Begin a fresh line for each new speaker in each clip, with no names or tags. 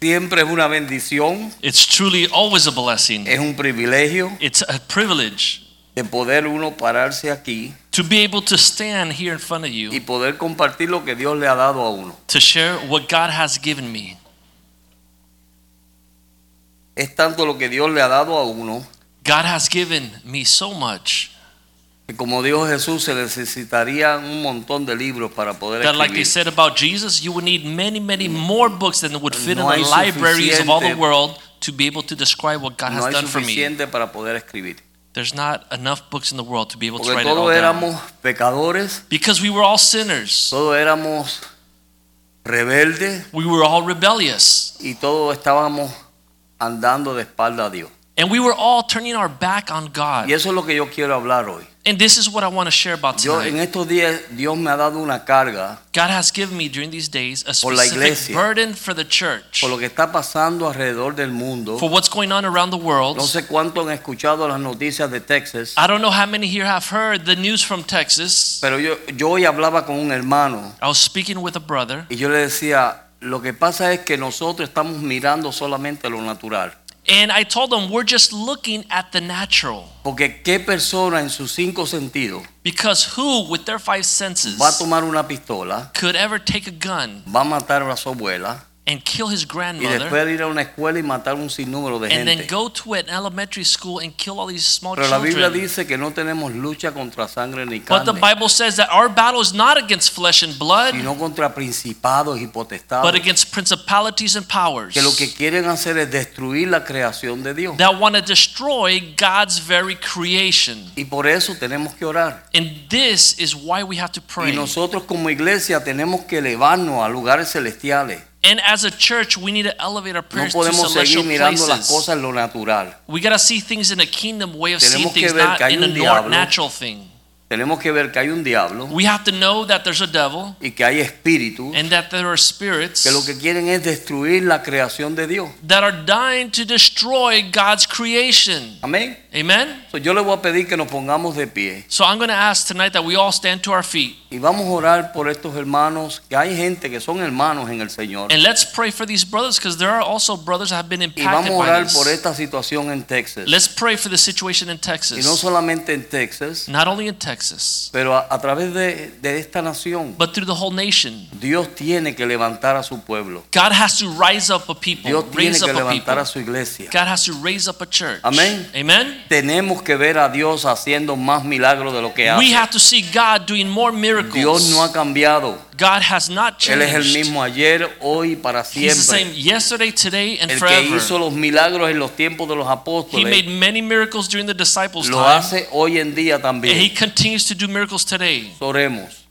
Siempre es una bendición,
It's truly always a blessing.
es un privilegio
It's a privilege
de poder uno pararse aquí
to be able to stand here in front of
y
you
poder compartir lo que Dios le ha dado a uno.
to share what God has given me.
Es tanto lo que Dios le ha dado a uno
God has given me so much
que como dijo Jesús se necesitaría un montón de libros para poder
that, like they
escribir.
said about Jesus, you would need many, many more books than would fit
No hay
in the libraries of all the
suficiente.
world to be able to describe what God
No
has
hay
done for me.
suficiente para poder escribir.
There's not enough books in the world to be able to
Porque
write it all
todos
down.
éramos pecadores,
Because we were all sinners,
todos éramos rebeldes
we were all rebellious,
y todos estábamos andando de espalda a Dios.
and we were all turning our back on God.
Y eso es lo que yo quiero hablar hoy.
And this is what I want to share about
Yo
tonight.
en estos días Dios me ha dado una carga
God has given me during these days a
Por la
specific
iglesia.
burden for the church,
por lo que está pasando alrededor del mundo.
for what's going on around the world.
No sé cuánto han escuchado las noticias de Texas,
I don't know how many here have heard the news from Texas.
pero yo, yo hoy hablaba con un hermano
I was speaking with a brother,
y yo le decía, lo que pasa es que nosotros estamos mirando solamente lo natural.
and I told him we're just looking at the natural.
Porque qué persona en sus cinco sentidos
Because who, with their five senses,
va a tomar una pistola,
could ever take a gun
va a matar a su abuela
and kill his
y
grandmother,
después ir a una escuela y matar un sinnúmero de
and then
gente.
go to an elementary school and kill all these small
Pero la Biblia
children?
dice que no tenemos lucha contra sangre ni
But the
carne,
Bible says that our battle is not against flesh and blood,
sino contra principados y potestades.
but against principalities and powers.
que lo que quieren hacer es destruir la creación de Dios.
that want to destroy God's very creation.
Y por eso tenemos que orar.
And this is why we have to
Y
pray.
nosotros como iglesia tenemos que elevarnos a lugares celestiales.
And as a church, we need to elevate our
No
prayers to
podemos
celestial
seguir mirando las
places.
cosas en lo natural.
We got to see things in a kingdom way of seeing
Tenemos que
things,
ver
not
que hay
in a
un
nor-
diablo.
natural thing.
Tenemos que ver que hay un diablo
We have to know that there's a devil
y que hay espíritus
and that there are spirits
que lo que quieren es destruir la creación de Dios.
that are dying to destroy God's creation.
Amén.
Amen?
So, yo le voy a pedir que nos pongamos de pie
So I'm going to ask tonight that we all stand to our feet
y vamos a orar por estos hermanos, que hay gente que son hermanos en el Señor.
and let's pray for these brothers because there are also brothers that have been
Y vamos
impacted
a
by
orar
this.
por esta situación en Texas.
Let's pray for the situation in
Y no
Texas.
solamente en Texas,
Not only in Texas,
pero a, a través de, de esta nación.
but through the whole nation.
Dios tiene que levantar a su pueblo.
God has to rise up a people,
Dios tiene
raise
que
up a
levantar
people.
a su iglesia.
God has to raise up a church.
Amén.
Amen.
Tenemos que ver a Dios haciendo más milagros de lo que
We
hace.
have to see God doing more miracles.
Dios no ha cambiado.
God has not
Él es el
changed.
mismo ayer, hoy y para
He's the same
siempre.
yesterday, today, and
El que hizo
forever.
los milagros en los tiempos de los
He made
apóstoles
many miracles during the disciples'
lo
time,
hace hoy en día
and He
también.
continues to do miracles today.
Oremos.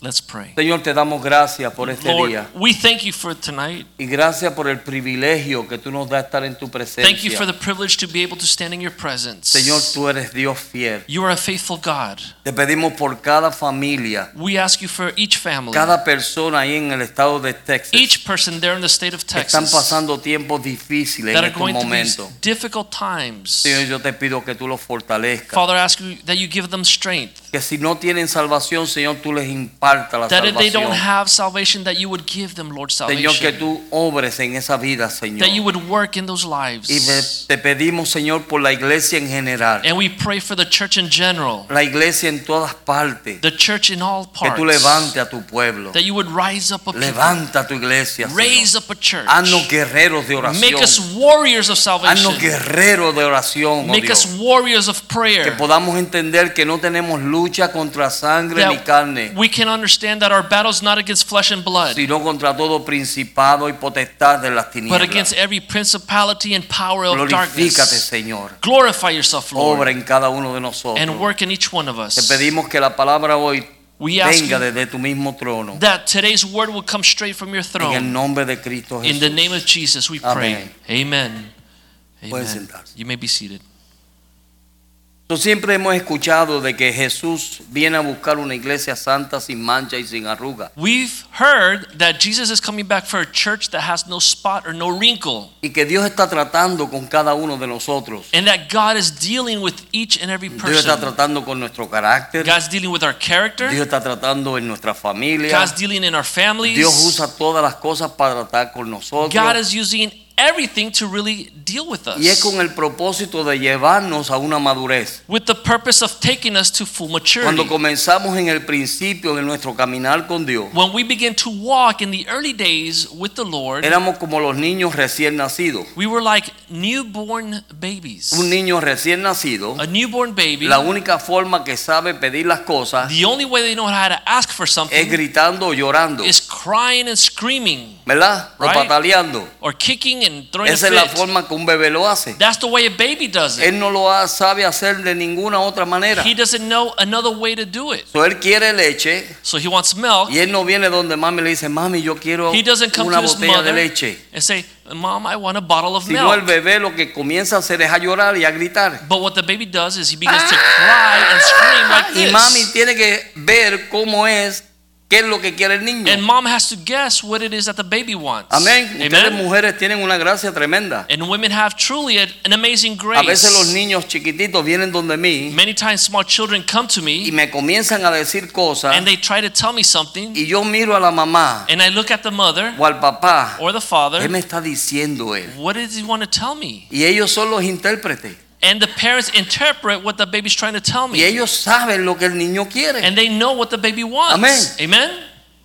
Let's pray.
Señor, te damos gracias por este
Lord,
día
we thank you for tonight.
y gracias por el privilegio que tú nos das estar en tu
Thank you for
presencia.
the privilege to be able to stand in your presence.
Señor, tú eres Dios fiel.
You are a faithful God.
Te pedimos por cada familia,
We ask you for each family,
cada persona ahí en el estado de Texas
each person there in the state of
que están
Texas
pasando tiempos difíciles en
that are
estos
going through these
momentos.
difficult times.
Señor, yo te pido que tú los fortalezcas.
Father, I ask you that you give them strength.
Que si no tienen salvación, Señor, tú les impartas la
That if they don't
salvación.
have salvation, that you would give them, Lord,
Señor, que
salvation.
tú obres en esa vida,
That you
Señor.
would work in those
Y ve-
lives.
te pedimos, Señor, por la iglesia en general,
And we pray for the church in general,
la iglesia en todas partes,
the church in all
que
parts.
tú levantes a tu pueblo.
That you would rise up a people,
Levanta a tu iglesia, Señor.
raise up a church.
Haznos guerreros de
Make
oración.
us warriors of
Haznos
salvation.
guerreros de oración, oh
Make
Dios.
us warriors of
Que
prayer.
podamos entender que no tenemos lucha contra sangre ni carne,
we can understand that our battle is not against flesh and blood,
sino contra todo principado y potestad de las
but
tinieblas.
against every principality and power of
Glorifícate,
darkness.
Señor.
Glorify yourself,
Obra
Lord,
en cada uno de
and
nosotros.
work in each one of
Te
us.
pedimos que la palabra hoy
We ask
venga
you
desde tu mismo trono.
that today's word will come straight from your
En el
throne.
nombre de Cristo
In the
Jesús.
name of Jesus, we pray. Amen.
Pueden
Amen.
sentarse.
You may be seated.
Nosotros siempre hemos escuchado de que Jesús viene a buscar una iglesia santa sin mancha y sin arruga.
We've heard that Jesus is coming back for a church that has no spot or no wrinkle,
y que Dios está tratando con cada uno de nosotros.
and that God is dealing with each and every
Dios está
person.
tratando con nuestro carácter.
God's dealing with our character,
Dios está tratando en nuestra familia.
God's dealing in our
Dios
families.
usa todas las cosas para tratar con
God
nosotros.
is using everything to really deal with
Y es
us
con el propósito de llevarnos a una madurez.
with the purpose of taking us to full
Cuando
maturity.
comenzamos en el principio de nuestro caminar con Dios,
When we begin to walk in the early days with the Lord,
éramos como los niños recién nacidos.
we were like newborn babies.
Un niño recién nacido,
A newborn baby,
la única forma que sabe pedir las cosas
the only way they know how to ask for
es
something
gritando o llorando,
is crying and screaming
¿verdad? O
Right.
pataleando.
or kicking and throwing a
Esa es la
fit.
forma que un bebé lo hace.
That's the way a baby does it.
Él no lo ha- sabe hacer de ninguna otra manera.
He doesn't know another way to do it.
So, él quiere leche
So he wants milk
y él no viene donde mami le dice, mami, yo quiero
He doesn't come
una
to his
botella de
mother.
leche.
and say, Mom, I want a bottle of
Sino el
milk.
bebé lo que comienza a hacer es a llorar y a gritar.
But what the baby does is he begins to cry and scream like
Y mami
this.
tiene que ver cómo es, qué es lo que quiere el niño.
And mom has to guess what it is that the baby wants.
Amén. Ustedes
Amen.
mujeres tienen una gracia tremenda.
And women have truly an an amazing
A veces los
grace.
niños chiquititos vienen donde mí
Many times small children come to
y
me
me comienzan a decir cosas
and they try to tell me something
y yo miro a la mamá
and I look at the mother
o al papá.
or the
¿Qué
father,
me está diciendo él?
what does he want to tell me?
Y ellos son los intérpretes.
And the parents interpret what the baby's trying to tell
Y
me.
ellos saben lo que el niño quiere.
And they know what the baby wants. Amen.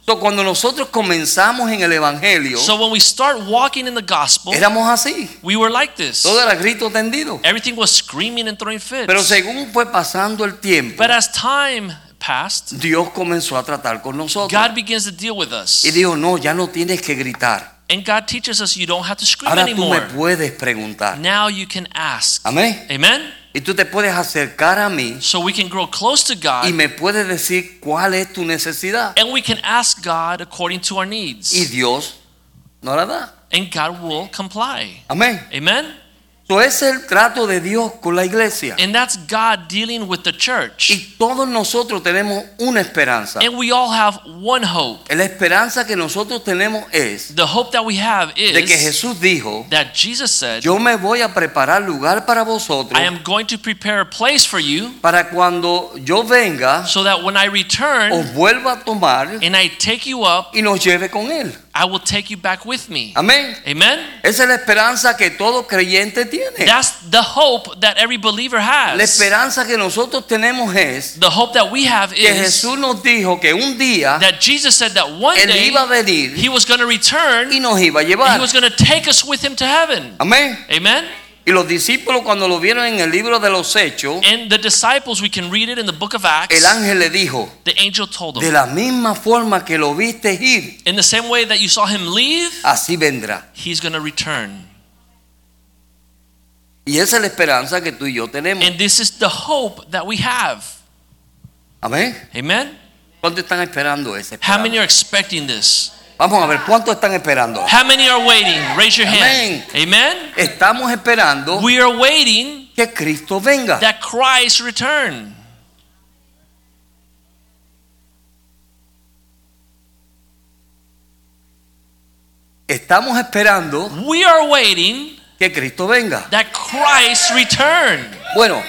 So, cuando nosotros comenzamos en el Evangelio,
So when we start walking in the gospel,
éramos así.
we were like this.
Todo era grito tendido.
Everything was screaming and throwing
Pero
fits.
según fue pasando el tiempo,
But as time passed,
Dios comenzó a tratar con nosotros.
God begins to deal with us.
Y dijo, no, ya no tienes que gritar.
And God teaches us you don't have to scream
Ahora tú me
anymore.
puedes preguntar.
Now you can ask.
Amén.
Amen.
Y tú te puedes acercar a mí
So we can grow close to
y
God
me puedes decir cuál es tu necesidad.
and we can ask God according to our
Y
needs.
Dios no la da.
And God will comply.
Amén.
Amen.
So, ese es el trato de Dios con la iglesia.
And that's God dealing with the church.
Y todos nosotros tenemos una esperanza.
And we all have one hope.
La esperanza que nosotros tenemos es
The hope that we have
de que
is
Jesús dijo,
that Jesus said,
yo me voy a preparar lugar para vosotros
I am going to prepare a place for you
para cuando yo venga
so that when I return
os vuelva a tomar
and I take you up,
y nos lleve con él.
I will take you back with me.
Amén.
Amen.
Esa es la esperanza que todo creyente tiene.
That's the hope that every believer
La
has.
esperanza que nosotros tenemos es
The hope that we have
que
is
Jesús nos dijo que un día
that Jesus said that one
él
day
iba a venir
he was going to return
y nos iba a
and he
llevar.
was going to take us with him to heaven.
Amén.
Amen.
Y los discípulos cuando lo vieron en el libro de los hechos,
And the disciples, we can read it in the book of Acts.
el ángel le dijo,
The angel told
De
them,
la misma forma que lo viste ir,
in the same way that you saw him leave,
así vendrá.
he's going to return.
Y esa es la esperanza que tú y yo tenemos.
And this is the hope that we have.
Amén.
Amen.
¿Cuántos están esperando ese?
How many are expecting this?
Vamos a ver, ¿cuántos están esperando?
How many are waiting? Raise your hand. Amen.
Estamos esperando
We are waiting
que Cristo venga.
that Christ return.
Estamos esperando
We are waiting
que Cristo venga.
that Christ return.
Bueno,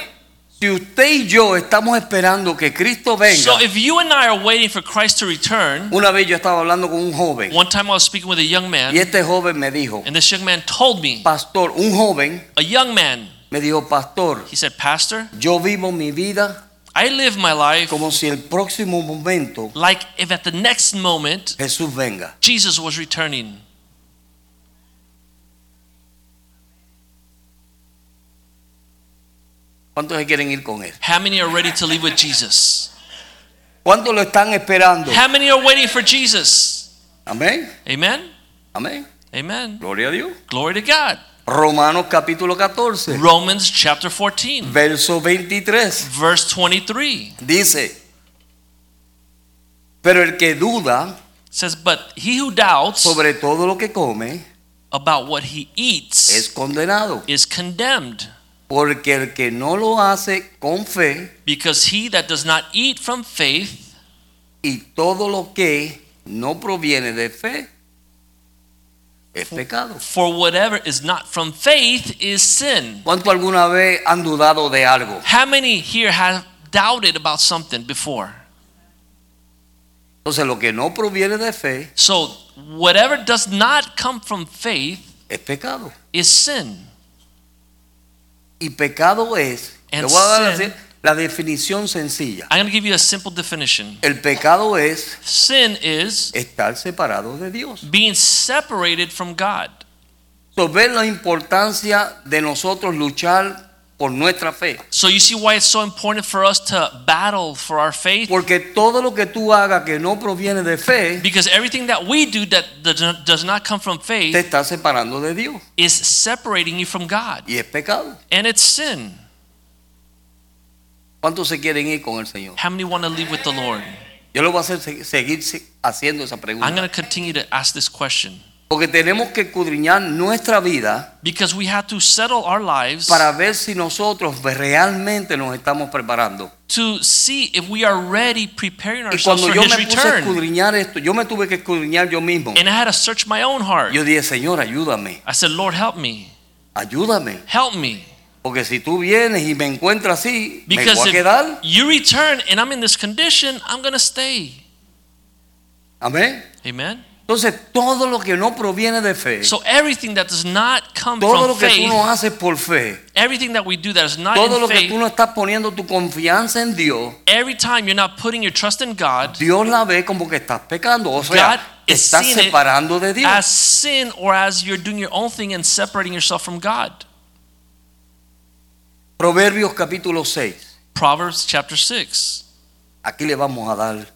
si usted y yo estamos esperando que Cristo venga,
So if you and I are waiting for Christ to return,
una vez yo estaba hablando con un joven
one time I was speaking with a young
y
man,
este joven me dijo,
and this young man told me,
pastor, un joven
a young man,
me dijo, pastor,
he said, Pastor,
yo vivo mi vida
I live my life
como si el próximo momento
like if at the next moment
Jesús venga.
Jesus was returning.
¿Cuántos se quieren ir con él?
How many are ready to leave with Jesus?
¿Cuántos lo están esperando?
How many are waiting for Jesus?
Amén.
Amen.
Amén.
Amen.
Gloria a Dios.
Glory to God.
Romanos capítulo 14,
Romans chapter 14,
verso 23.
verse 23
Dice, pero el que duda
says, But he who doubts
sobre todo lo que come
about what he eats
es condenado,
is condemned
Porque el que no lo hace con fe
Because he that does not eat from faith
y todo lo que no proviene de fe es pecado.
for whatever is not from faith is sin.
¿Cuánto alguna vez han dudado de algo?
How many here have doubted about something before?
Entonces lo que no proviene de fe
So whatever does not come from faith
es pecado.
is sin.
Y pecado es,
And
te voy a dar la-
sin-
la definición sencilla.
I'm going to give you a simple definition.
El pecado es
Sin is
estar separado de Dios.
being separated from God.
So, ver la importancia de nosotros luchar por nuestra fe.
So you see why it's so important for us to battle for our faith
Porque todo lo que tú hagas que no proviene de fe,
because everything that we do that does- does not come from
te
faith
está separando de Dios.
is separating you from God
Y es pecado.
and it's sin.
¿Cuántos se quieren ir con el Señor?
How many want to live with the Lord?
Yo lo voy a hacer se- seguir se- haciendo esa
I'm
pregunta.
going to continue to ask this question
Porque tenemos que escudriñar nuestra vida
because we have to settle our lives
para ver si nosotros realmente nos estamos preparando.
to see if we are ready preparing
Y
ourselves
cuando
for
yo
His
me puse a
return.
escudriñar esto, yo me tuve que escudriñar yo mismo.
And I had to search my own heart.
Yo dije, Señor, ayúdame,
I said, Lord, help me.
ayúdame.
Help me.
Porque si tú vienes y me encuentras así, me
Because
voy a
if
quedar.
you return and I'm in this condition, I'm going to stay.
Amén.
Amen.
Entonces, todo lo que no proviene de fe,
So everything that does not come
todo
from
lo que tú
faith,
no haces por fe,
everything that we do that is not
todo
in
lo que tú
faith,
no estás poniendo tu confianza en Dios,
every time you're not putting your trust in God
Dios la ve como que estás pecando. O
God
sea, te
is
estás
seeing it
separando de
as
Dios.
sin or as you're doing your own thing and separating yourself from God.
Proverbios capítulo 6.
Proverbs chapter 6.
Aquí le vamos a dar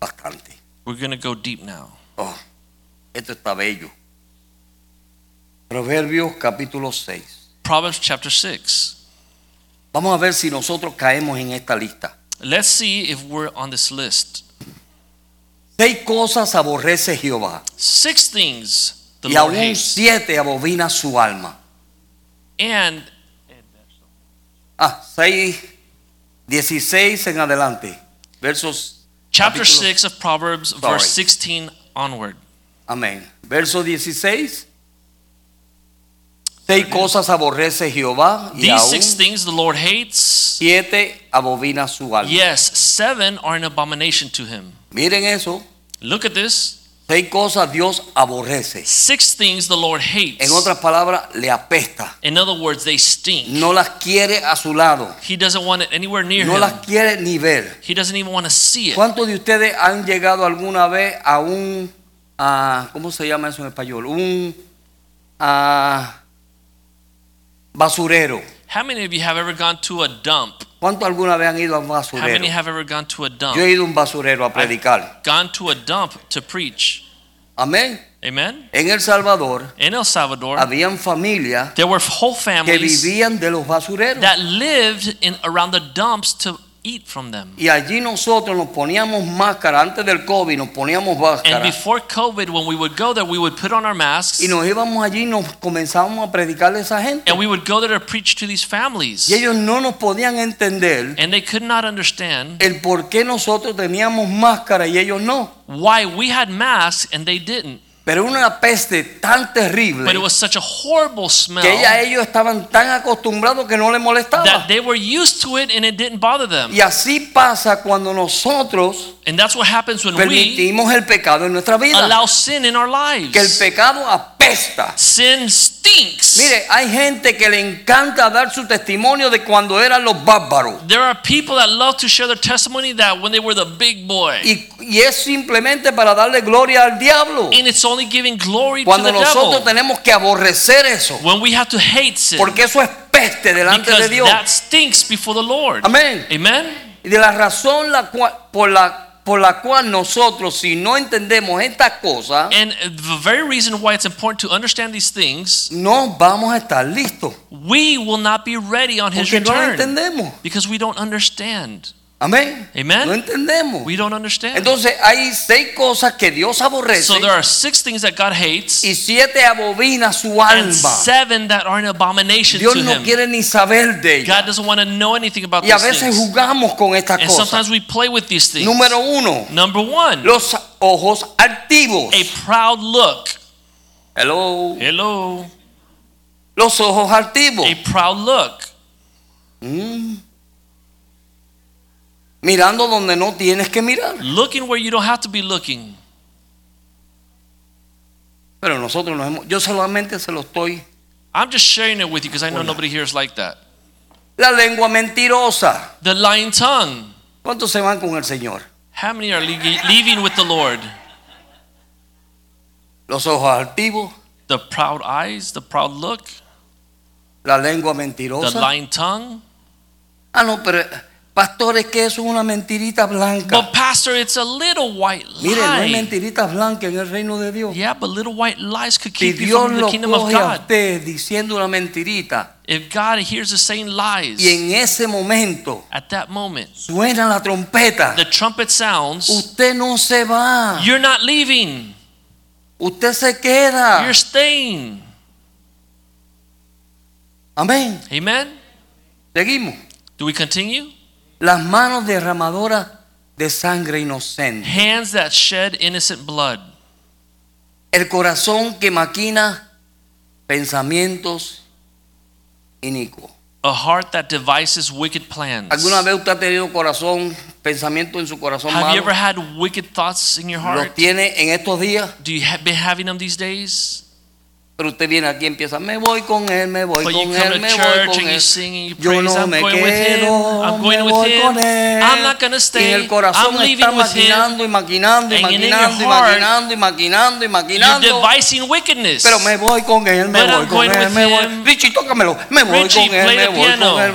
bastante.
We're going to go deep now.
Oh, esto está bello. Proverbios capítulo 6.
Proverbs chapter 6.
Vamos a ver si nosotros caemos en esta lista.
Let's see if we're on this list.
Seis cosas aborrece Jehová.
Six things the
y
Lord
aún
hates.
siete abobina su alma.
And
Ah, 6, 16 en adelante. Versos,
chapter
Capítulo-
6 of Proverbs,
Sorry.
verse 16 onward.
amén. Verso 16. Seis cosas aborrece Jehová y
These
aún
six things the Lord hates.
siete abobina su alma.
Yes, seven are an abomination to him.
Miren eso.
Look at this.
Seis cosas Dios aborrece.
Six things the Lord hates.
En otras palabras, le apesta.
In other words, they stink.
No las quiere a su lado.
He doesn't want it anywhere near
No
him.
las quiere ni ver.
He doesn't even want to see it.
¿Cuántos de ustedes han llegado alguna vez a un, ah, ¿cómo se llama eso en español? Un ah, basurero.
How many of you have ever gone to a dump?
¿Cuántos alguna vez han ido a un
How many
basurero?
have ever gone to a
Yo he
dump?
ido a un basurero a predicar.
Gone to a dump to preach.
Amén.
Amen.
En El Salvador
In El Salvador,
habían familias
there were whole
que
families
vivían de los basureros.
that lived in around the dumps to eat from them.
Y allí nosotros nos poníamos máscara antes del COVID, nos poníamos
And
máscara.
before COVID, when we would go there, we would put on our masks
Y nos íbamos allí y nos comenzábamos a predicarle a esa gente.
and we would go there to preach to these families.
Y ellos no nos podían entender
And they could not understand
el por qué nosotros teníamos máscara y ellos no.
why we had masks and they didn't.
Pero una peste tan terrible
But it was such a horrible smell
que ya
that
ellos estaban tan acostumbrados que no les molestaba.
they were used to it and it didn't bother them.
Y así pasa cuando nosotros
And that's what happens when we
permitimos el pecado en nuestra vida.
allow sin in our
Que el
lives.
pecado apesta.
Sin stinks.
Mire, hay gente que le encanta dar su testimonio de cuando eran los bárbaros.
There are people that love to share their testimony that when they were the big boy,
Y, y es simplemente para darle gloria al diablo.
and it's only giving glory to
Cuando
the
nosotros
devil.
tenemos que aborrecer eso.
When we have to hate sin,
Porque eso es peste delante de
because
Dios.
that stinks before the Lord.
Amén.
Amen.
Y de la razón la cual- por, la, por la cual nosotros, si no entendemos estas cosas,
And the very reason why it's important to understand these things,
no vamos a estar listos.
we will not be ready on his
Porque no lo
return
entendemos.
because we don't understand.
Amén.
Amen.
No entendemos.
We don't understand.
Entonces hay seis cosas que Dios aborrece
So there are six things that God hates
y siete abobina su
and
alma.
seven that are an abomination
Dios
to
no
him.
quiere ni saber de
God
ellas.
doesn't want to know anything about
Y a
these
veces
things.
jugamos con estas
And
cosas.
sometimes we play with these things.
Número uno,
Number one,
los ojos activos.
a proud look.
Hello.
Hello.
Los ojos activos.
A proud look.
Mm. Mirando donde no tienes que mirar.
Looking where you don't have to be looking.
Pero nosotros nos hemos. Yo solamente se lo estoy.
I'm just sharing it with you because I know
Hola.
nobody here is like that.
La lengua mentirosa.
The lying tongue.
¿Cuántos se van con el Señor?
How many are le- leaving with the Lord?
Los ojos activos.
The proud eyes, the proud look,
La lengua
the
mentirosa.
lying tongue.
Ah, no, pero. Pastor, es que eso es una mentirita blanca.
But, Pastor, it's a little white
Mire, no hay
lie.
mentiritas blancas en el reino de Dios.
Yeah, but little white lies could
Si
keep you
Dios
from the
lo
kingdom of
coge a
God.
usted diciendo una mentirita
If God hears us saying lies
y en ese momento
at that moment,
suena la trompeta,
the trumpet sounds,
usted no se va,
you're not leaving,
usted se queda.
you're staying.
Amén.
Amen?
Seguimos.
Do we continue?
Las manos derramadoras de sangre inocente.
Hands that shed innocent blood,
El corazón que maquina pensamientos inicuos.
a heart that devises wicked plans.
¿Alguna vez usted ha tenido corazón, pensamiento en su corazón
Have you
malo?
ever had wicked thoughts in your
Los
heart?
tiene en estos días,
Do you have been having them these days?
pero usted viene aquí y empieza, me voy con él, me voy con
But you come
él,
to
me voy
church
con
and you
él.
sing and you
Yo
praise.
no
I'm
me
going with him.
quedo,
I'm
me
going with
voy
him.
con él.
I'm not going to
Y
stay.
el corazón
I'm
está
leaving with him.
maquinando y maquinando y
And in your
maquinando y
heart,
maquinando y maquinando y
You're
maquinando.
devising wickedness.
Pero me voy con él, me
But
voy
I'm
con
going
él,
with
me voy.
him.
Richie, tócamelo. Me voy
Richie,
con él,
play
me
the
voy
piano.
con él.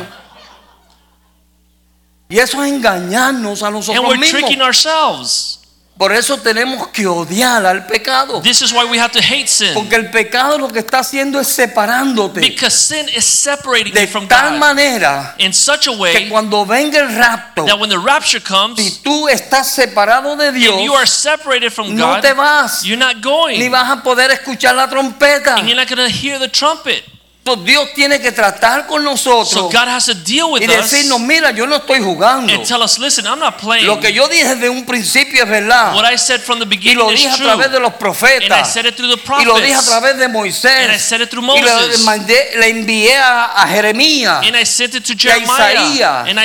Y eso es engañarnos a
and
nosotros
we're tricking
mismos.
ourselves.
Por eso tenemos que odiar al pecado.
This is why we have to hate sin.
Porque el pecado lo que está haciendo es separándote
Because sin is separating you
de
from
tal
God
manera
in such a
que
way
cuando venga el rapto,
that when the rapture comes,
si tú estás separado de Dios,
and you are separated from
no
God,
te vas,
you're not
ni
going.
vas a poder escuchar la trompeta.
And you're not going to hear the trumpet.
Entonces, Dios tiene que tratar con
So
nosotros
God has to deal with
y
us
decirnos, mira, yo no estoy jugando.
and tell us, listen, I'm not playing.
Lo que yo dije desde un principio es verdad.
What I said from the
Y lo
beginning
dije
is
a
true.
través de los
And I
profetas.
said it through the
Y lo dije a
prophets.
través de
And I
Moisés.
said it through
Y le,
Moses.
mandé- le envié a, a Jeremías.
And I sent it to
Y a
Jeremiah
Isaías.
and
Y le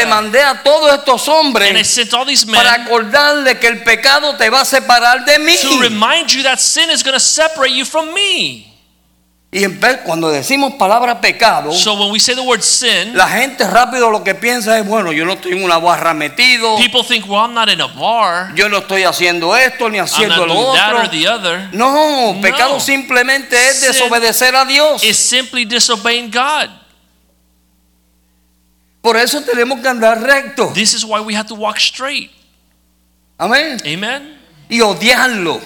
Isaiah.
mandé a todos estos
And I
hombres
sent all these
para
men
acordarle que el pecado te va a separar de mí.
to remind you that sin is going to separate you from me.
Y en vez- cuando decimos palabra pecado,
So when we say the word sin,
la gente rápido lo que piensa es, bueno, yo no estoy en una barra metido,
people think, well, I'm not in a bar.
yo no estoy haciendo esto ni
I'm
haciendo
not
lo
doing that or
otro.
the other.
No,
No.
pecado simplemente es
Sin
desobedecer a Dios.
It's simply disobeying God.
Por eso tenemos que andar recto.
This is why we have to walk straight.
Amén.
Amen.
Y odiarlo.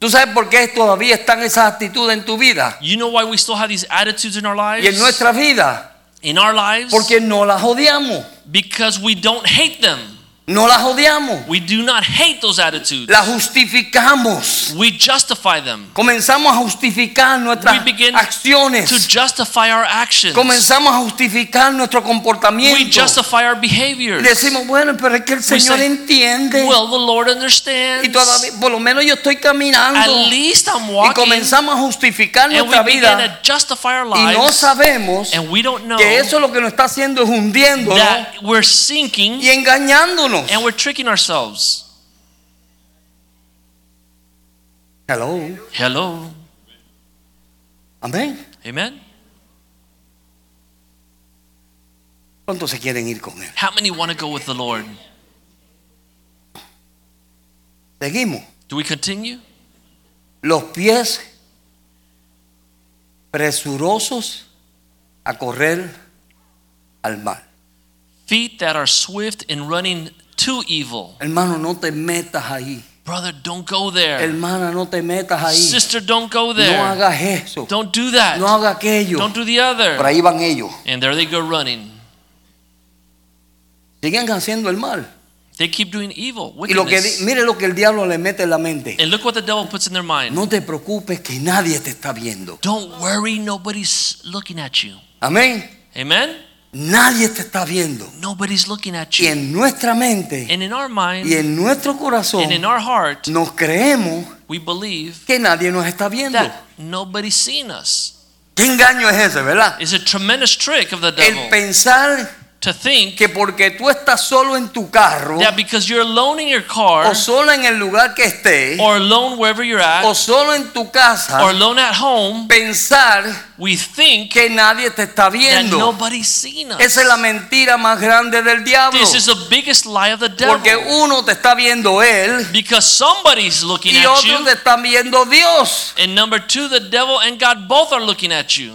¿Tú sabes por qué todavía están esas actitudes en tu vida
You know why we still have these attitudes in our lives?
y en nuestra vida?
in our lives?
Porque no las odiamos.
because we don't hate them.
No las odiamos.
We do not hate those attitudes.
Las justificamos.
We justify them.
Comenzamos a justificar nuestras
We begin To
acciones.
justify our actions.
Comenzamos a justificar nuestro
We
comportamiento.
justify our
Y
behaviors.
decimos, bueno, pero es que el Señor
say,
entiende.
Well, the Lord
Y
understands.
todavía, por lo menos yo estoy
At
caminando.
least I'm
Y
walking.
comenzamos a justificar
And
nuestra
we begin
vida.
to justify our
Y
lives.
no sabemos
and we don't know
que eso lo que nos está haciendo es hundiéndonos
that we're sinking
y engañándonos.
and we're tricking ourselves.
Hello.
Hello.
Amén.
Amen.
¿Cuántos se quieren ir con él?
How many want to go with the Lord?
Seguimos.
Do we continue?
Los pies presurosos a correr al mal.
Feet that are swift in running to evil.
Hermano, no te metas ahí.
Brother, don't go there.
Hermana, no te metas ahí.
Sister, don't go
No
there.
hagas eso.
Don't do that.
No hagas aquello.
Don't do the
Por
other.
ahí van ellos.
And there they go running.
Siguen haciendo el mal.
They keep doing evil,
Y lo que, di-
wickedness. Eh.
mire lo que el diablo le mete en la mente.
And look what the devil puts in their mind.
No te preocupes que nadie te está viendo.
Don't worry, nobody's looking at you.
Amén.
Amen?
Nadie te está viendo.
Nobody's looking at
Y
you.
en nuestra mente
And in our
y
mind
en nuestro corazón
and in our heart,
nos creemos
we believe
que nadie nos está viendo.
that nobody's seeing us.
¿Qué engaño es ese, verdad?
It's a tremendous trick of the
El
devil
pensar
to think
que porque tú estás solo en tu carro
that because you're alone in your car
o solo en el lugar que estés
or alone wherever you're
o
at
solo en tu
or
casa,
alone at home,
pensar
we think
que nadie te está
that
viendo.
nobody's seeing us.
Esa es la mentira más grande del diablo.
This is the biggest lie of the
Porque
devil.
uno te está viendo él
Because somebody's looking
y
at
otro
you.
te está viendo Dios.
And number two, the devil and God both are looking at you.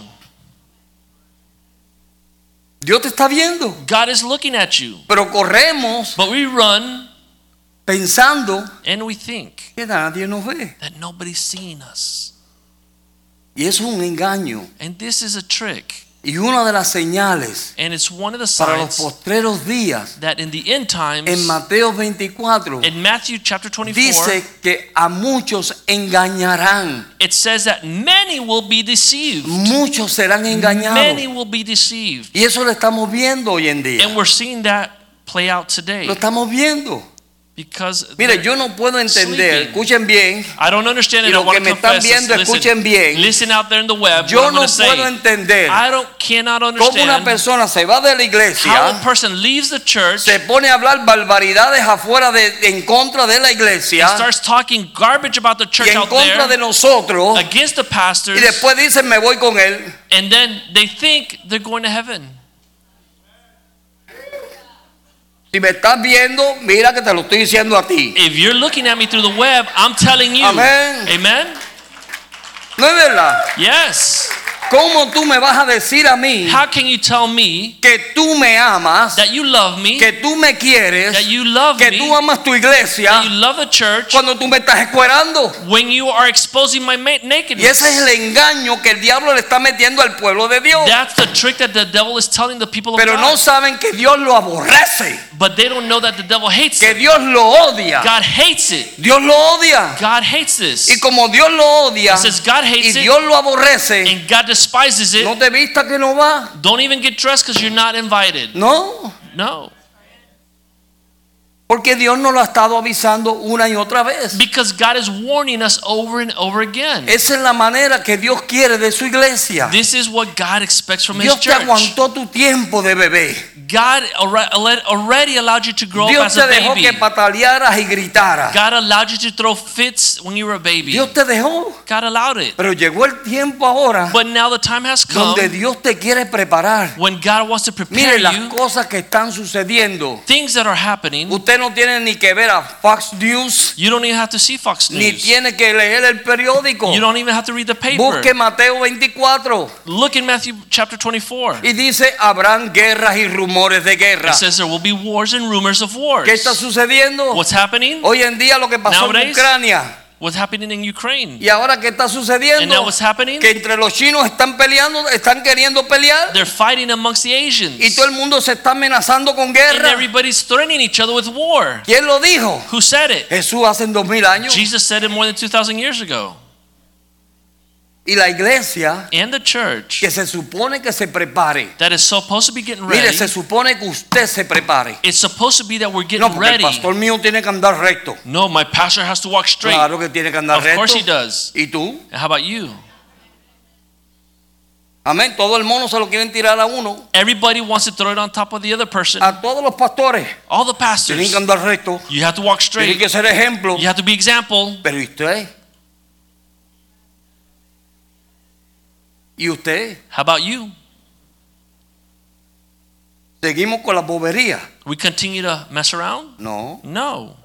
Dios te está viendo.
God is looking at you.
Pero corremos
But we run
pensando
and we think
que nadie nos ve.
that nobody's seeing us.
Y eso es un engaño.
And this is a trick.
Y una de las señales
And it's one of the
para los
signs
postreros días
that in the end times,
en Mateo 24
in Matthew chapter 24,
dice que a muchos engañarán.
it says that many will be deceived.
Muchos serán
Many
engañados.
will be deceived.
Y eso lo estamos viendo hoy en día.
And we're seeing that play out today.
Lo estamos viendo.
Because
Mire,
there-
yo no puedo entender,
Sleeping.
escuchen bien,
I don't understand
Y
it.
lo
I want
que
to
me están
confess this.
viendo, escuchen
Listen,
bien.
listen out there in the web. what
yo
I'm
no
gonna
puedo
say.
entender
I don't cannot
cómo una
understand
persona se va de la
how a
iglesia,
person leaves the church
se pone a hablar barbaridades afuera de, en contra de la
and
iglesia
starts talking garbage about the
y
church
en
out
contra de
there
nosotros
against the pastors,
y después dicen me voy con él.
and then they think they're going to heaven.
Si me estás viendo, mira que te lo estoy diciendo a ti.
If you're looking at me through the web, I'm telling you.
Amén.
Amen?
No es verdad.
Yes.
¿Cómo tú me vas a decir a mí
How can you tell me
que tú me amas,
that you love me,
que tú me
that
quieres,
you love
que
me,
tú amas tu
that you
iglesia
love the church
cuando tú me estás escuerando?
when you are exposing my ma- nakedness?
Y ese es el engaño que el diablo le está metiendo al pueblo de Dios.
That's the trick that the devil is telling the people
Oh.
of
Pero no
God.
saben que Dios lo aborrece,
but they don't know that the devil hates
que
it.
Dios lo odia.
God hates it.
Dios lo odia.
God hates this.
Y como Dios lo odia
It says God
y
hates it
Dios lo aborrece,
and God despises it.
no te vista que no va.
Don't even get dressed because you're not invited.
No,
No.
porque Dios nos lo ha estado avisando una y otra vez.
Because God is warning us over and over again.
Esa es la manera que Dios quiere de su iglesia.
This is what God expects from His
Dios te
church.
aguantó tu tiempo de bebé.
God alre- alre- already allowed you to grow up
Dios
as
te
a
dejó que
baby.
patalearas y gritaras.
God allowed you to throw fits when you were a baby.
Dios te dejó.
God allowed it.
Pero llegó el tiempo ahora
But now the time has come
donde Dios te quiere preparar.
when God wants to prepare
Mire las
you. Mm-hmm.
cosas que están sucediendo.
Things that are happening.
Usted no tiene ni que ver a Fox News,
You don't even have to see Fox
ni
News.
tiene que leer el periódico.
You don't even have to read the paper.
Busque Mateo 24
Look in Matthew chapter 24.
y dice, habrán guerras y rumores de
It
guerra.
says there will be wars and rumors of
¿Qué está
wars.
sucediendo?
What's happening?
Hoy en día lo que pasó en
Nowadays,
Ucrania.
What's happening in Ukraine?
¿Y ahora qué está
And now
sucediendo?
what's happening?
Que entre los chinos están peleando, están queriendo pelear
They're fighting amongst the Asians.
y todo el mundo se está amenazando con
And
guerra.
everybody's threatening each other with war.
¿Quién lo dijo?
Who said it?
Jesús hace dos mil años.
Jesus said it more than 2,000 years ago.
Y la iglesia
And the church
que se supone que se prepare.
that is supposed to be getting
Mire,
ready,
se supone que usted se prepare.
it's supposed to be that we're
No,
getting
porque el
ready.
pastor mío tiene que andar recto.
No, my pastor has to walk straight.
Claro que tiene que andar
Of course he
recto.
does.
¿Y tú?
And How about you?
Amén. Todo el mono se lo quieren tirar a uno.
Everybody wants to throw it on top of the other person.
A todos los pastores.
All the
Tienen
pastors.
que andar recto.
You have to walk
Tienen
straight.
que ser ejemplo.
You have to be example.
Pero ¿y usted? ¿Y usted?
How about you?
¿Seguimos con la bobería?
We continue to mess around?
No.
No.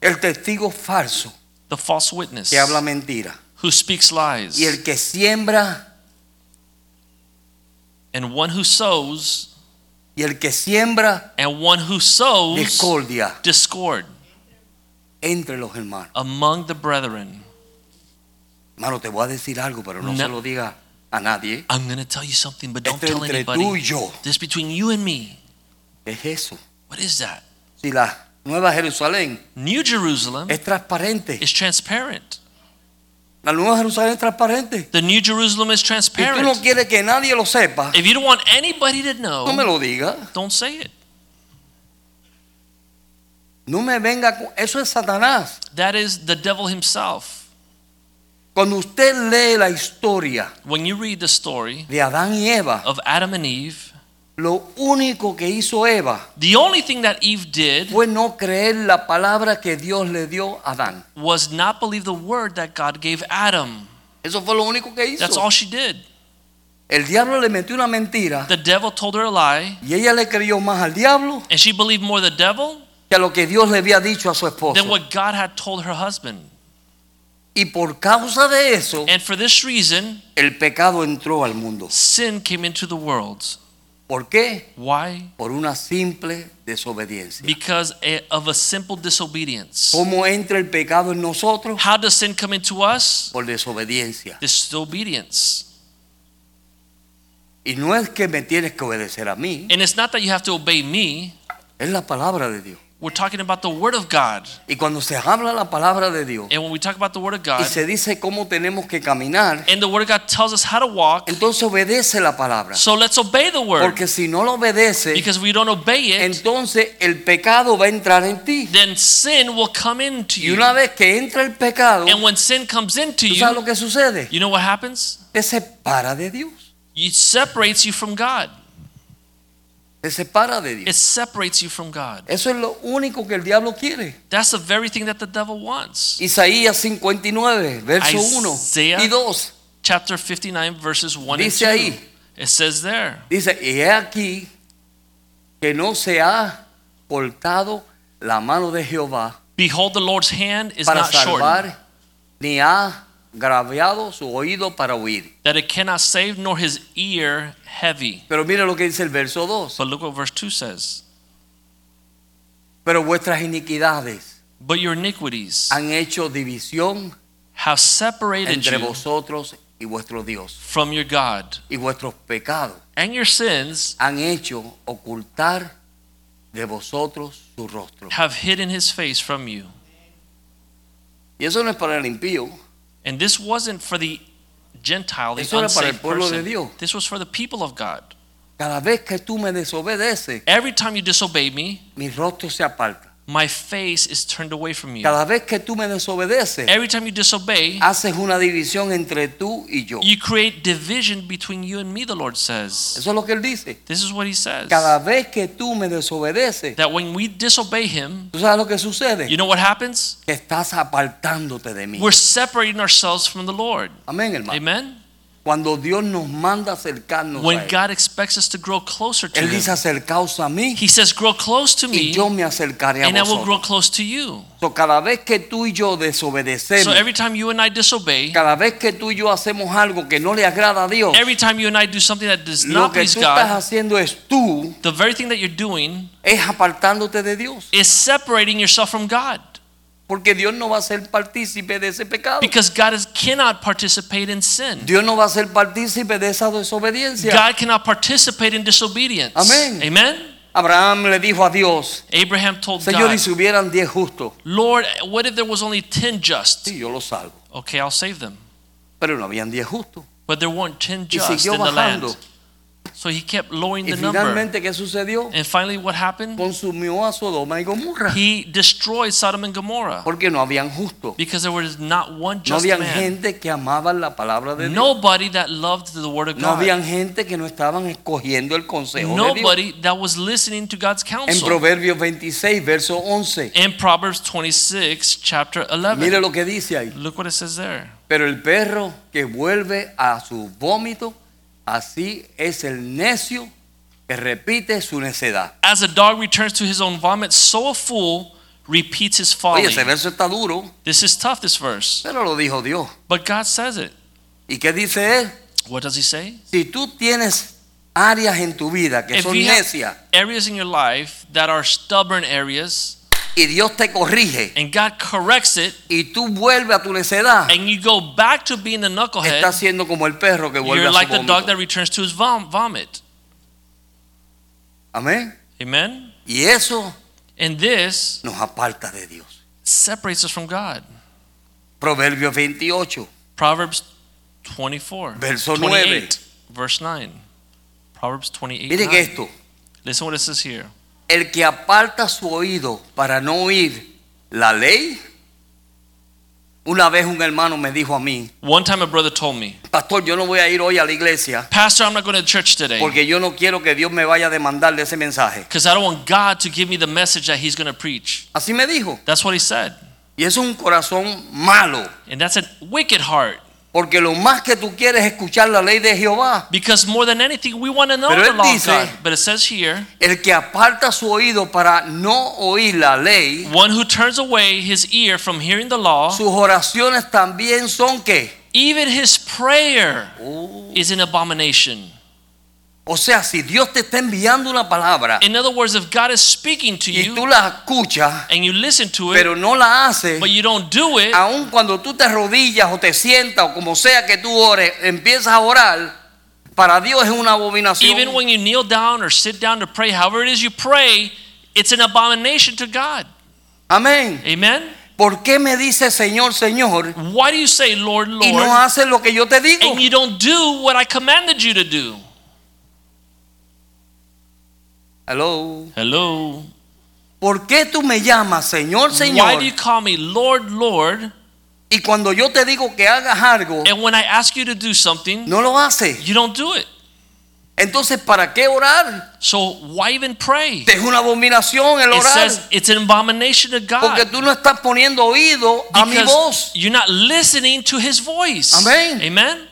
El testigo falso
The false witness
que habla mentira.
who speaks lies
Y el que siembra,
and one who sows
y el que siembra
and one who sows
discordia
discord
entre los hermanos.
among the brethren.
Hermano, te voy a decir algo, pero no,
No.
se lo diga a nadie.
I'm going to tell you something but don't
Esto es
tell
entre tú y
anybody.
yo.
This between you and me.
¿Qué es eso?
What is that?
Si la Nueva Jerusalén
New Jerusalem
es transparente,
is transparent.
la Nueva Jerusalén es transparente.
The New Jerusalem is
Si tú no
transparent.
quieres que nadie lo sepa,
If you don't want anybody to
no me
know,
lo diga.
don't say it.
No me venga con... Eso es Satanás.
That is the devil himself.
Cuando usted lee la historia
When you read the story
de Adán y Eva,
of Adam and Eve,
lo único que hizo Eva
the only thing that Eve did
fue no creer la palabra que Dios le dio a Adán.
was not believe the word that God gave Adam.
Eso fue lo único que
That's all
hizo.
she did.
El diablo le metió una mentira
The devil told her a lie,
y ella le creyó más al diablo
and she believed more the devil
que a lo que Dios le había dicho a su esposo.
than what God had told her husband.
Y por causa de eso,
And for this reason,
el pecado entró al mundo.
sin came into the world.
¿Por qué?
Why?
Por una simple desobediencia.
Because eh, of a simple disobedience.
¿Cómo entra el pecado en nosotros?
How does sin come into us?
Por desobediencia.
Disobedience.
Y no es que me tienes que obedecer a mí,
And it's not that you have to obey me.
es la palabra de Dios.
We're talking about the Word of God.
Y cuando se habla la palabra de Dios
And when we talk about the Word of
y
God,
se dice cómo tenemos que caminar,
and the Word of God tells us how to walk,
entonces obedece la palabra.
so let's obey the Word.
Porque si no lo obedece,
Because we don't obey it,
entonces el pecado va a entrar en ti.
then sin will come into
Y
you.
una vez que entra el pecado,
And when sin comes into
¿tú sabes
you,
lo que sucede?
you know what happens?
Te separa de Dios.
It separates you from God.
Te separa de Dios.
It separates you from God.
Eso es lo único que el diablo quiere.
That's the very thing that the devil wants.
Isaías 59, verso 1
Isaiah.
y 2.
Chapter 59, verses 1 and
Dice
2.
ahí.
It says there,
Dice, y he aquí que no se ha cortado la mano de Jehová
Behold, the Lord's hand is
para
not
salvar,
shortened,
ni ha graviado su oído para oír.
that it cannot save, nor his ear heavy.
Pero mira lo que dice el verso 2.
But look what verse 2 says.
Pero vuestras iniquidades
But your iniquities
han hecho división
have separated
entre
you
vosotros y vuestro Dios.
from your God,
Y vuestros pecados
and your sins
han hecho ocultar de vosotros su rostro.
have hidden his face from you.
Y eso no es para el impío.
And this wasn't for the Gentile, the
Eso era para el
unsaved
pueblo de
person.
Dios.
This was for the people of God.
Cada vez que tú me desobedeces,
Every time you disobey me,
mi rostro se aparta.
my face is turned away from you.
Cada vez que tú me desobedeces,
Every time you disobey,
haces una división entre tú y yo.
you create division between you and me, the Lord says.
Eso es lo que él dice.
This is what he says.
Cada vez que tú me desobedeces,
That when we disobey him,
tú sabes lo que sucede,
you know what happens?
que estás apartándote de mí.
We're separating ourselves from the Lord.
Amén, hermano.
Amen?
Cuando Dios nos manda acercarnos a
When
él,
God expects us to grow closer to
él dice
him,
acercaos a mí
he says, grow close to
y
me,
yo me acercaré a
and I will grow
vosotros.
close to you.
So, cada vez que tú y yo
So
desobedecemos,
every time you and I disobey,
cada vez que tú y yo hacemos algo que no le agrada a Dios,
every time you and I do something that does
lo
not
que
please
tú estás
God,
haciendo es tú
the very thing that you're doing
es apartándote de Dios.
is separating yourself from God.
Porque Dios no va a ser partícipe de ese pecado.
Because God is, cannot participate in sin.
Dios no va a ser partícipe de esa desobediencia.
God cannot participate in disobedience.
Amén.
Amen?
Abraham le dijo a Dios,
Abraham told
Señor, y
God,
si hubieran diez justos,
Lord, what if there was only 10 just?
sí, yo los salvo.
Okay, I'll save them.
Pero no habían diez justos.
But there weren't 10
Y
just
siguió
in the
bajando.
land. So he kept lowering
Y
the number.
finalmente, ¿qué sucedió?
And finally, what happened?
Consumió a Sodoma y Gomorra.
He destroyed Sodom and Gomorrah
Porque no habían justos.
because there was not one
No
just
habían
man.
gente que amaba la palabra de Dios.
Nobody that loved the word of
No
God.
habían gente que no estaban escogiendo el consejo de Dios.
Nobody that was listening to God's
En
counsel.
Proverbios 26, verso 11,
In Proverbs 26, chapter
mire
11.
lo que dice ahí.
Look what it says there.
Pero el perro que vuelve a su vómito, así es el necio que repite su necedad.
As a dog returns to his own vomit, so a fool repeats his folly.
Oye, ese verso está duro,
This is tough, this verse.
pero lo dijo Dios.
But God says it.
¿Y qué dice él?
What does he say?
Si tú tienes áreas en tu vida que
If
son
you have-
necias
Areas in your life that are stubborn areas,
y Dios te corrige
and God corrects it,
y tú vuelves a tu necedad,
and you go back to being a
estás
knucklehead,
siendo como el perro que vuelve
you're
a su
like the dog
vómito.
that returns to his vom- vomit.
Amén.
Amen?
Y eso
And this
nos aparta de Dios.
separates us from God.
Proverbios 28,
Proverbs 24,
Verso
28, verse 9. Proverbs 28.
miren
9.
esto,
Listen what it says here.
el que aparta su oído para no oír la ley, una vez un hermano me dijo a mí,
One time a brother told me,
pastor, yo no voy a ir hoy a la iglesia
Pastor, I'm not going to church today
porque yo no quiero que Dios me vaya a demandar de ese mensaje.
because I don't want God to give me the message that He's going to preach.
Así me dijo.
That's what he said.
Y eso es un corazón malo,
And that's a wicked heart
porque lo más que tú quieres es escuchar la ley de Jehová.
because more than anything, we want to know
Pero
the
él
law
dice-
of God. But it says here,
El que aparta su oído para no oír la ley,
one who turns away his ear from hearing the law,
sus oraciones también son qué?
even his prayer
Oh.
is an abomination.
O sea, si Dios te está enviando una palabra
In other words, if God is speaking to
y tú
you
la escuchas,
and you listen to it,
pero no la haces,
but you don't do it,
aun cuando tú te rodillas o te sientas o como sea que tú ores, empiezas a orar, para Dios es una
even
abominación.
when you kneel down or sit down to pray, however it is you pray, it's an abomination to God.
Amén.
Amen?
¿Por qué me dices Señor, Señor
Why do you say, Lord,
y no
Lord,
haces lo que yo te digo?
and you don't do what I commanded you to do?
Hello.
Hello.
¿Por qué tú me llamas Señor,
Why
Señor?
do you call me Lord, Lord?
Y cuando yo te digo que hagas algo,
And when I ask you to do something,
no lo haces.
you don't do it.
Entonces, ¿para qué orar?
So why even pray?
Es una abominación el
It
orar.
says it's an abomination to
Porque
God
tú no estás poniendo oído a mi voz.
because you're not listening to His voice.
Amén.
Amen.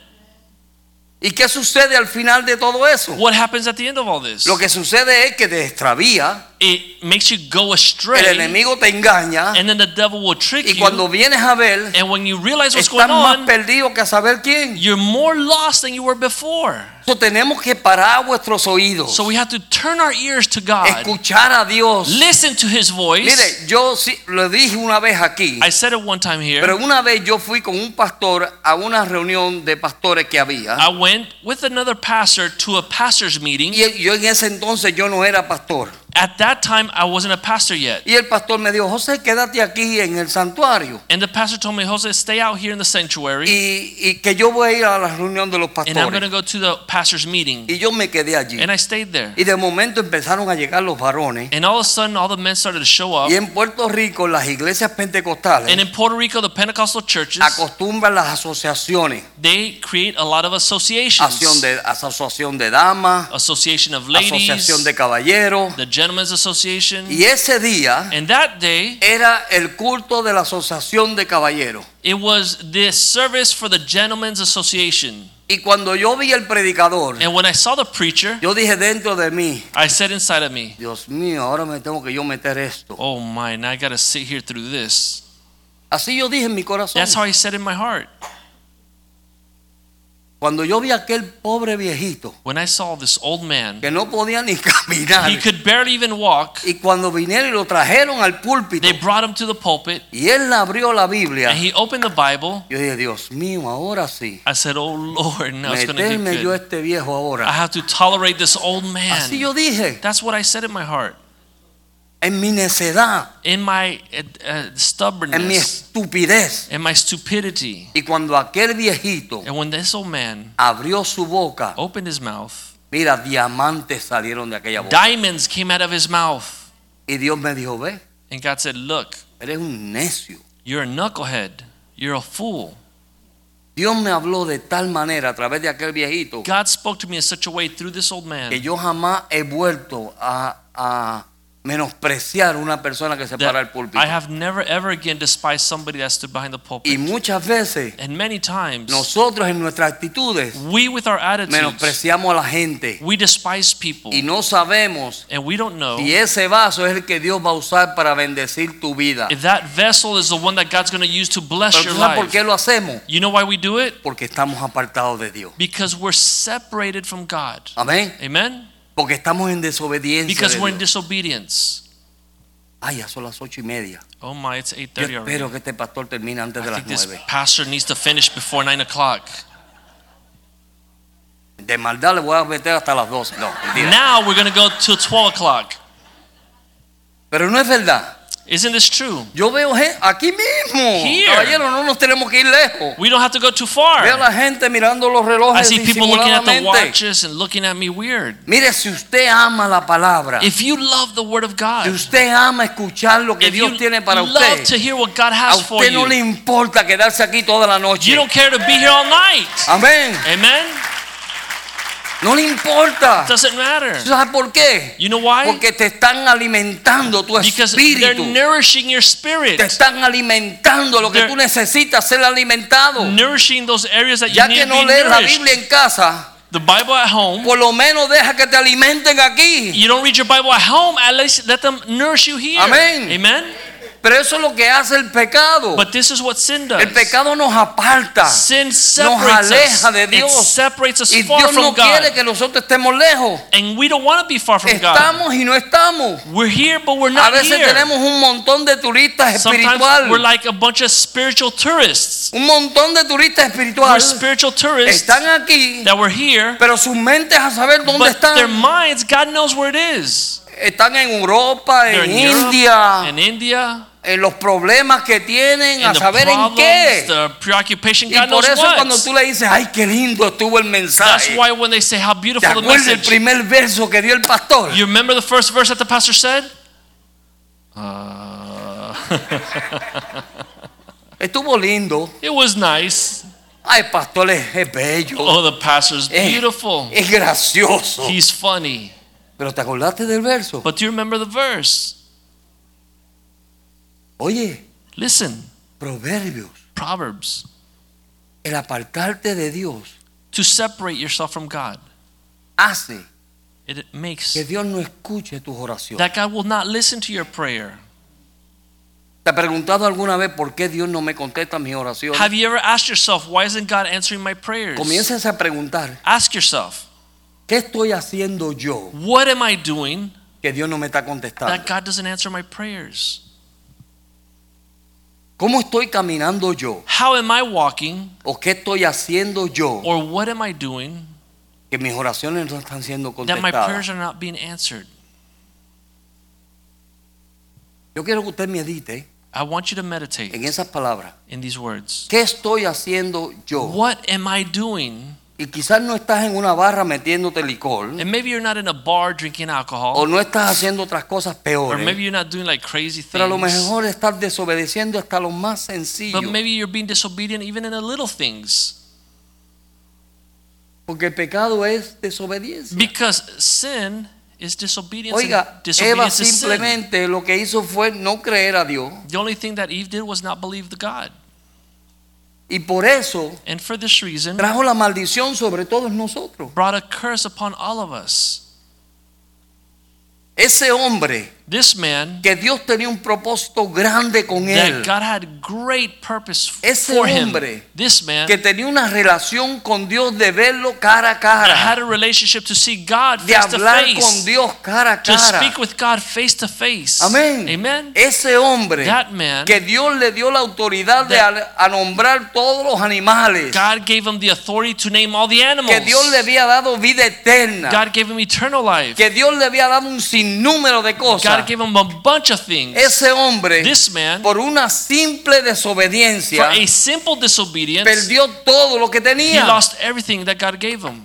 ¿Y qué sucede al final de todo eso?
What happens at the end of all this?
Lo que sucede es que te extravía,
It makes you go
el
astray,
enemigo te engaña
and then the devil will trick
y
you.
cuando vienes a ver,
And when you realize what's
estás
going
más
on,
perdido que a saber quién.
you're more lost than you were before.
Entonces, tenemos que parar vuestros oídos,
So we have to turn our ears to God,
escuchar a Dios.
listen to His voice.
Mire, yo sí, lo dije una vez aquí.
I said it one time here.
Pero una vez yo fui con un pastor a una reunión de pastores que había.
I went with another pastor to a pastor's meeting.
Y yo en ese entonces yo no era pastor.
At that time, I wasn't a pastor yet.
Y el pastor me dijo, José, quédate aquí en el santuario.
And the pastor told me, Jose, stay out here in the sanctuary,
Y, y que yo voy a ir a la reunión de los
and I'm going
pastores.
to go to the pastor's meeting.
Y yo me quedé allí.
And I stayed there.
Y de momento empezaron a llegar los varones.
And all of a sudden, all the men started to show up.
Y en Puerto Rico, las iglesias
And in
pentecostales
Puerto Rico, the Pentecostal churches,
acostumbran las asociaciones.
they create a lot of
Asociación
associations.
de, asociación de damas,
Association of
asociación
ladies,
de caballeros.
the gentlemen's association.
Y ese día
And that day,
era el culto de la asociación de caballeros.
it was this service for the gentlemen's association.
Y cuando yo vi el predicador,
And when I saw the preacher,
yo dije dentro de mí,
I said inside of me,
Dios mío, ahora me tengo que yo meter esto.
Oh my, now I gotta sit here through this.
Así yo dije en mi corazón.
That's how I said in my heart.
Cuando yo vi a aquel pobre viejito
When I saw this old man,
que no podía ni caminar,
he could barely even walk.
y cuando vinieron y lo trajeron al púlpito,
They brought him to the pulpit
y él abrió la Biblia,
and he opened the Bible.
yo dije, Dios mío, ahora sí,
I said, Oh Lord, now it's gonna get
meterme yo a
good.
este viejo
I
ahora.
have to tolerate this old
Así
man.
yo dije,
That's what I said in my heart.
en mi necedad,
In my uh, uh,
en mi
stubbornness,
estupidez.
in my stupidity.
Y cuando aquel viejito
And when this old man
abrió su boca,
opened his mouth,
Mira, diamantes salieron de aquella boca.
diamonds came out of his mouth.
Y Dios me dijo, ve,
And God said, Look,
eres un necio.
you're a knucklehead. You're a fool.
Dios me habló de tal manera a través de aquel viejito
God spoke to me in such a way through this old
que
man
yo jamás he vuelto a, a menospreciar una persona que se para el
that
púlpito.
I have never ever again despised somebody that stood behind the
Y
pulpit.
muchas veces
And many times,
nosotros en nuestras actitudes
we with our attitudes,
menospreciamos a la gente
we despise people,
y no sabemos
and we don't know
si ese vaso es el que Dios va a usar para bendecir tu vida.
if that vessel is the one that God's going to use to bless
Pero
your
¿tú sabes por
life.
qué lo hacemos?
You know why we do it?
Porque estamos apartados de Dios.
Because we're separated from God.
Amén.
Amen?
Porque estamos en desobediencia.
Because
de
we're in
Dios.
disobedience.
Ay, ya son las ocho y media.
Oh my, it's
Yo
8:30 already.
espero que este pastor termine antes de
I
las
think this
nueve.
pastor needs to finish before 9 o'clock.
De maldad le voy a meter hasta las doce. No, mentira.
Now we're going to go till 12 o'clock.
Pero no es verdad.
Isn't this true?
Yo veo gente aquí mismo.
Here.
Caballero, no nos tenemos que ir lejos.
We don't have to go too
Veo a
far.
la gente mirando los
I
relojes
see people looking at the
disimuladamente.
watches and looking at me weird.
Mire, si usted ama la palabra,
If you love the Word of
si
God,
usted ama escuchar lo que
if
Dios
you
tiene para
love to
usted,
hear what God
a
has for
usted no le
you,
importa quedarse aquí toda la noche.
you don't care to be here all night.
Amén.
Amen?
No le importa.
Doesn't matter.
¿Sabes por qué?
You know why?
Porque te están alimentando tu
Because they're
espíritu.
nourishing your
Te
spirit,
están alimentando lo que
They're-
tú necesitas ser alimentado.
nourishing those areas that you
Ya
need
que
to
no
be
lees la
nourished.
Biblia en casa,
The Bible at home.
por lo menos deja que te alimenten aquí.
You don't read your Bible at home, at least let them nourish you here.
Amén.
Amen.
Pero eso es lo que hace el pecado.
But this is what sin does.
El pecado nos aparta.
sin separates
aleja
us.
de
It
Dios.
separates us
Y
far
Dios
from
no
God.
quiere que nosotros estemos lejos.
And we don't want to be far from God.
Estamos y no estamos.
We're here, but we're
A
not
veces
here.
tenemos un montón de turistas
Sometimes
espirituales.
we're like a bunch of spiritual tourists.
Un montón de turistas
We're
espirituales
spiritual tourists
están aquí,
that were here,
pero sus mentes a saber dónde
but their
están.
minds, God knows where it is.
Están en Europa,
They're
en
in Europe,
India,
in India,
en los problemas que tienen,
in
a
the
saber en
problems,
qué.
the preoccupation,
Y
God
por
knows
eso cuando
what.
tú le dices, ay, qué lindo estuvo el
That's
mensaje.
why when they say how
¿Te
beautiful the
acuerdas el
message,
primer verso que dio el pastor?
you remember the first verse that the pastor said? Uh,
Estuvo lindo.
it was nice.
Ay, el pastor es, es bello,
Oh, the pastor's
Eh.
beautiful.
es gracioso.
He's funny.
Pero te acordaste del verso.
But do you remember the verse?
Oye,
Listen,
Proverbios,
Proverbs.
el apartarte de Dios
To separate yourself from God,
hace
it makes
que Dios no escuche tus oraciones.
that God will not listen to your prayer.
¿Te has preguntado alguna vez por qué Dios no me contesta mis oraciones?
Have you ever asked yourself, why isn't God answering my prayers?
Comiences a preguntar,
Ask yourself,
¿qué estoy haciendo yo
what am I doing
que Dios no me está
that
contestando?
God doesn't answer my prayers?
¿Cómo estoy caminando yo?
How am I walking
¿O qué estoy haciendo yo
or what am I doing
que mis oraciones no están siendo
that my prayers
contestadas?
are not being answered?
Yo quiero que usted medite
I want you to meditate
en esas palabras.
in these words.
¿Qué estoy haciendo yo?
What am I doing?
Y quizás no estás en una barra metiéndote licor.
And maybe you're not in a bar drinking
O
alcohol,
Mm. Oh, no estás haciendo otras cosas
or
peores.
maybe you're not doing like crazy
Pero a lo
things,
mejor estás desobedeciendo hasta lo más sencillo.
but maybe you're being disobedient even in the little things.
Porque el pecado es desobediencia.
Because sin is disobedience. and
Oiga, Eva
disobedience is sin.
simplemente lo que hizo fue no creer a Dios.
The only thing that Eve did was not believe the God.
Y por eso
And for this reason,
trajo la maldición sobre todos nosotros.
brought a curse upon all of us.
Ese hombre
This man
que Dios tenía un propósito grande con
that
él.
God had great purpose
Ese
for him.
hombre
This man
Que tenía una relación con Dios de verlo cara a
that
cara.
had a relationship to see God
De
face to
hablar con
face,
Dios cara a
to
cara.
speak with God face to face.
Amén.
Amen.
Ese hombre
That man,
que Dios le dio la autoridad de
That-
al- a nombrar todos los animales.
God gave him the authority to name all the animals.
que Dios le había dado vida eterna,
God gave him eternal life.
que Dios le había dado un sinnúmero de
God
cosas.
gave him a bunch of things.
Ese hombre,
This man,
por una simple
for
desobediencia,
a simple disobedience,
perdió todo lo que
he
tenía,
lost everything that God gave him.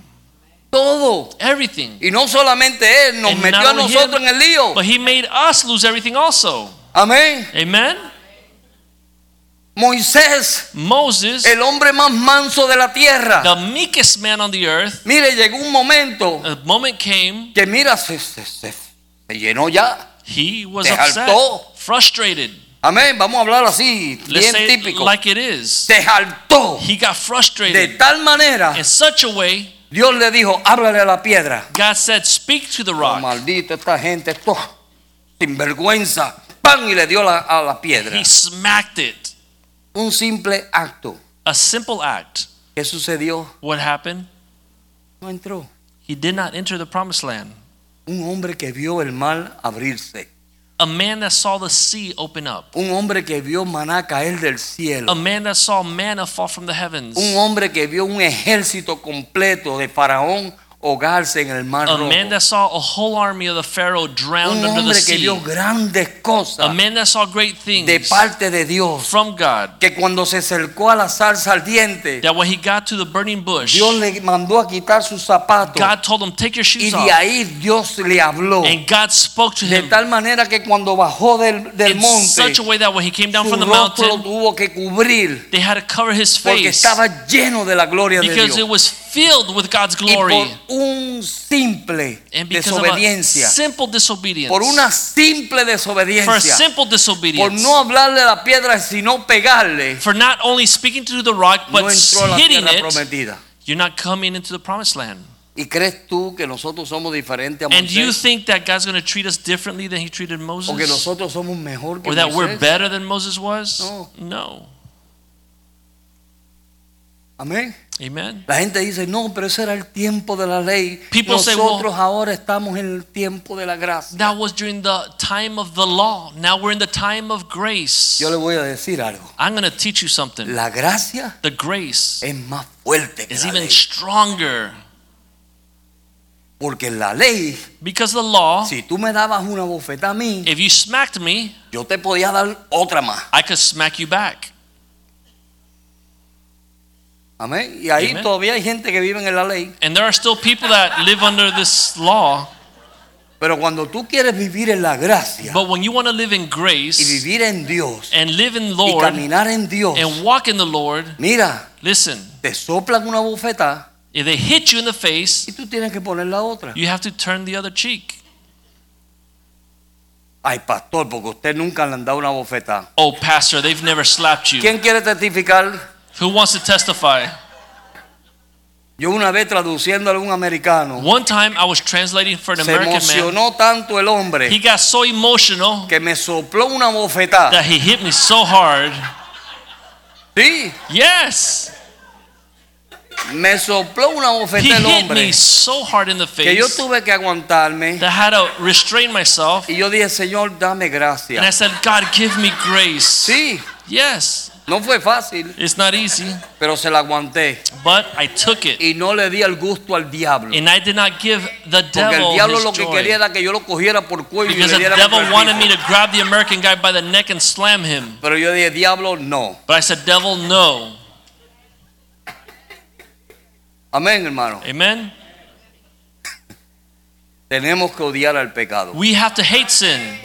todo.
Everything.
Y no solamente él, nos
And
metió
not
a
only
nosotros
him,
en el lío.
But he made us lose everything also.
Amén.
Amen.
Moisés,
Moses,
el hombre más manso de la tierra.
the meekest man on the earth,
Mire, llegó un momento
a moment came
que mira, se, se- se- se llenó ya.
he was
Te
upset
hartó.
frustrated
Amén, vamos a hablar así,
let's
bien
say it
típico.
like it is
Se jaltó
he got
de
frustrated
tal manera
in such a way
Dios le dijo, háblale a la piedra.
God said speak to the
Oh,
rock
maldita esta gente, esto sinvergüenza. ¡Pam! Y le dio la- a la piedra.
he smacked it
Un simple acto.
a simple act
¿Qué sucedió?
what happened
No entró.
he did not enter the promised land
Un hombre que vio el mal abrirse.
a man that saw the sea open up
Un hombre que vio maná caer del
a
cielo.
man that saw manna fall from the heavens
Un hombre que vio un ejército completo de faraón ahogarse en el mar
A
rojo.
man that saw a whole army of the Pharaoh drowned
Un
under the
hombre que vio
sea.
grandes cosas
A man that saw great
de
things
parte de Dios.
from God.
Que cuando se acercó a la salsa ardiente,
That when he got to the burning bush,
Dios le mandó a quitar sus zapatos.
God told him, Take your
Y
shoes
de
off.
ahí Dios le habló.
And God spoke to
De
him
tal manera que cuando bajó del, del
in
monte,
such a
su
way that when he came down from the
rostro lo
mountain,
tuvo que cubrir
they had to cover his
porque
face
estaba lleno de la gloria de
because it
Dios.
was filled with God's
Y por
glory.
un simple
And because of a
desobediencia,
simple disobedience,
por una simple
for a
desobediencia,
simple
por
disobedience,
no hablarle a la piedra sino pegarle,
for not only speaking to the rock but
no entró a la
hitting
tierra
it,
prometida.
you're not coming into the promised land.
¿Y crees tú que nosotros somos diferentes a
And do you
Moisés?
think that God's going to treat us differently than He
¿O
treated
que
Moses?
nosotros somos mejor que
Or that we're
Moisés?
better than Moses was?
No.
No.
Amén.
Amen.
La gente dice, no, pero ese era el tiempo de la ley.
People say,
Nosotros
well-
ahora estamos en el tiempo de la gracia.
That was during the time of the law. Now we're in the time of grace.
Yo le voy a decir algo.
I'm going to teach you something.
La gracia
The grace
es más fuerte que
is
la
even
ley.
stronger
Porque en la ley,
because the law,
si tú me dabas una bofeta a mí,
if you smacked me,
yo te podía dar otra más.
I could smack you back.
Amén. Y ahí
Amen.
todavía hay gente que vive en la ley.
And there are still people that live under this law.
Pero cuando tú quieres vivir en la gracia
But when you want to live in
y
grace
vivir en Dios
and live in
y
Lord
caminar en Dios,
and walk in the Lord,
mira,
listen,
te soplan una bofeta
if they hit you in the face,
y tú tienes que poner la otra.
you have to turn the other cheek.
Ay, pastor, porque usted nunca le han dado una bofeta.
Oh, pastor, they've never slapped you.
¿Quién quiere testificar?
Who wants to testify?
Yo una vez traduciendo a un americano,
One time I was translating for an
se
American man.
emocionó tanto el
He
hombre
got so emotional
que me sopló una bofetada.
that he hit me so hard.
Sí,
Yes.
me sopló una
He
bofetada el
hit
hombre
me so hard in the
que yo
face
tuve que aguantarme
that I had to restrain myself.
y yo dije, Señor, dame
And I
gracia.
said, God, give me grace.
Sí,
Yes,
no fue fácil,
it's not easy,
pero se la aguanté
but I took it.
y no le di el gusto al diablo.
And I did not give the
Porque el
devil
diablo
his
lo que
joy.
quería era que yo lo cogiera por cuello y
because
le diera
the devil
con
wanted me
permiso.
to grab the American guy by the neck and slam him.
Pero yo dije, diablo, no.
But I said, devil, no.
Amén, hermano.
Amen?
Tenemos que odiar al pecado.
We have to hate sin.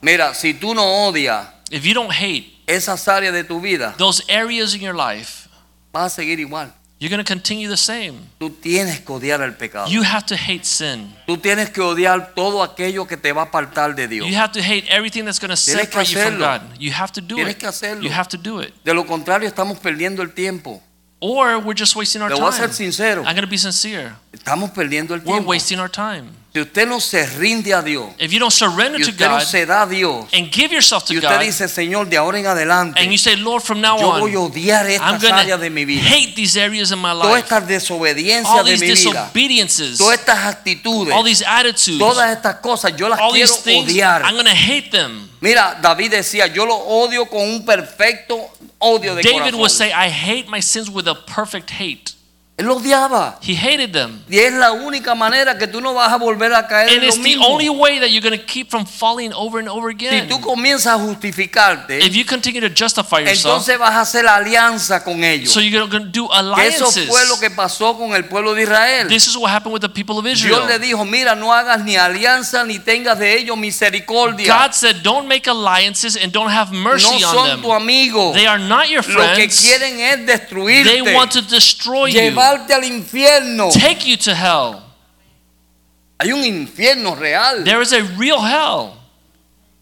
Mira, si tú no odias
If you don't hate
esas áreas de tu vida,
those areas in your life,
vas a seguir igual.
you're going to continue the same.
Tú tienes que odiar al pecado.
You have to hate sin.
Tú tienes que odiar todo aquello que te va a apartar de Dios.
You have to hate everything that's going to
Tienes que
separate you from
hacerlo.
God. You have to do
Tienes
it.
que hacerlo.
You have to do it.
De lo contrario, estamos perdiendo el tiempo.
Or we're just wasting our
Te voy a ser
time.
sincero.
I'm going to be sincere.
Estamos perdiendo el
We're
tiempo.
wasting our time.
Si usted no se rinde a Dios,
If you don't surrender
y
to
usted no
God
se da a Dios,
and give yourself
y
to
usted
God,
dice, Señor, de ahora en adelante,
and you say, Lord, from now
yo voy a
on,
odiar
I'm
estas
going
áreas
to
de mi vida,
hate these areas in my
todas
life,
estas
all
desobediencias de
these
mi vida,
disobediences,
todas estas actitudes,
all these attitudes,
todas estas cosas, yo las
all
quiero
these things,
odiar.
I'm going to hate them.
Mira, David decía, yo lo odio con un perfecto odio de
David
corazón.
would say, I hate my sins with a perfect hate.
Él lo odiaba.
He hated them.
Y es la única manera que tú no vas a volver a caer
And
en lo
it's the
mismo.
only way that you're going to keep from falling over and over
Si
again.
tú comienzas a justificarte,
If you continue to justify yourself,
entonces vas a hacer alianza con ellos.
so you're going to do
Que eso fue lo
alliances.
que pasó con el pueblo de Israel.
This is what happened with the people of
Dios
Israel.
le dijo, mira, no hagas ni alianza ni tengas de ellos misericordia.
God said, don't make alliances and don't have
No
mercy on
son tu
them.
amigo.
They are not your
Lo que
friends.
quieren es
They
destruirte,
want to destroy you,
llevarte al infierno.
take you to hell.
Hay un infierno real.
There is a real hell.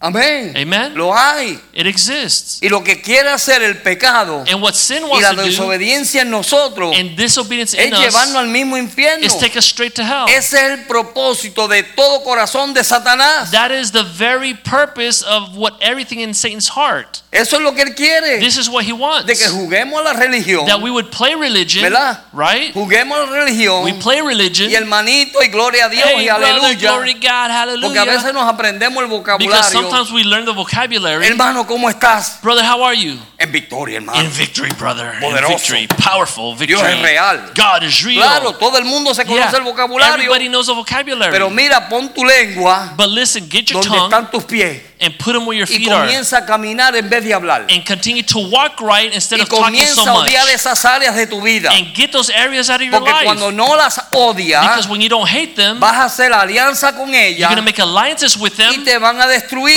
Amén.
Amen?
Lo hay.
It exists.
Y lo que quiere hacer el pecado
And what sin
y
wants
la
to do
desobediencia en nosotros
and disobedience
es
in
llevarnos
us
al mismo infierno.
is take us straight to hell.
Ese es el propósito de todo corazón de Satanás.
That is the very purpose of what everything in Satan's heart.
Eso es lo que él quiere.
This is what he wants.
De que juguemos a la religión.
that we would play religion,
¿Verdad?
right?
Juguemos a la
We
religión.
play religion.
Y hermanito, y gloria a Dios,
Hey,
y
brother,
aleluya.
glory to God,
Porque a
hallelujah.
veces nos aprendemos el
Because
vocabulario
Sometimes we learn the vocabulary.
Hermano, ¿cómo estás?
Brother, how are you?
En victoria, hermano.
In victory, brother. In
Ah. Poderoso.
victory. Powerful victory.
Dios es real.
God is real.
Claro, todo el mundo se
Yeah.
conoce el vocabulario,
Everybody knows the vocabulary.
pero mira, pon tu lengua
but listen, get your
donde
tongue
están tus pies
and put them where your
y
feet are.
comienza a caminar en vez de hablar.
And continue to walk right instead
Y
of talking
comienza
so
a
much.
odiar esas áreas de tu vida,
And get those areas out of your
porque
life.
cuando no las
because
odias,
when you don't hate them,
vas a hacer alianza con
you're
ellas
going to make alliances with them
y te van a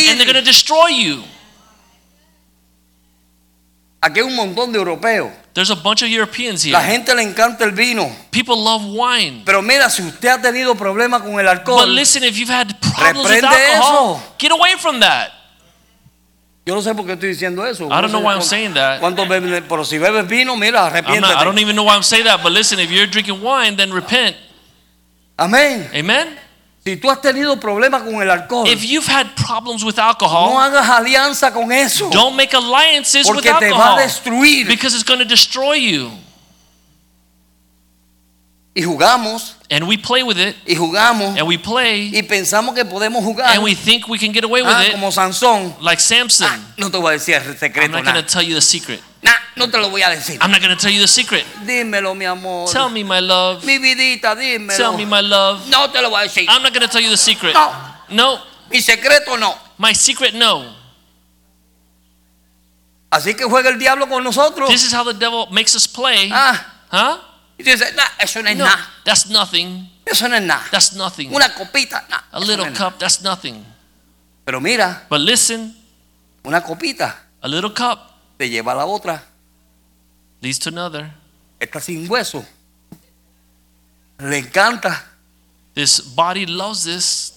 and they're going
destruir.
to destroy you.
Aquí hay un montón de europeos.
There's a bunch of Europeans here.
La gente le encanta el vino,
People love wine.
pero mira, si usted ha tenido problemas con el
But
alcohol,
listen, if you've had problems with
Reprende
alcohol,
eso.
get away from that.
Yo no sé por qué estoy diciendo eso.
I don't
No
know
sé
why I'm
cuán-
saying that.
cuánto bebe- pero si bebes vino, mira,
I'm not, I don't
arrepiéntete.
even know why I'm saying that, but listen, if you're drinking wine, then repent.
Amén.
Amen?
Si tú has tenido problemas con el alcohol,
If you've had problems with
no
alcohol,
hagas alianza con eso,
don't make alliances with
porque te va a
alcohol
destruir.
because it's going to destroy you.
Y jugamos,
And we play with it,
y jugamos,
and we play,
y pensamos que podemos jugar,
and we think we can get away
Ah,
with it,
como Sansón.
like Samson.
Ah, no te voy a decir el
I'm
secreto,
not going
nah.
to tell you the secret.
Nah, no te lo voy a decir.
I'm not going to tell you the secret.
Dímelo, mi amor.
Tell me, my love.
Mi vidita, dímelo.
Tell me, my love.
no te lo voy a decir.
I'm not going to tell you the secret.
No.
No,
Mi secreto no.
my secret, no.
Así que juega el diablo con nosotros.
This is how the devil makes us play.
Ah,
Huh?
y tú dices, nah, eso no es
No,
nada.
that's nothing.
Eso no es nada.
That's nothing.
Una copita. nah,
A
eso
little
no es nada.
cup, that's nothing.
Pero mira,
But listen,
una copita
a little cup
te lleva a la otra.
leads to another.
Está sin hueso. Le encanta.
This body loves this.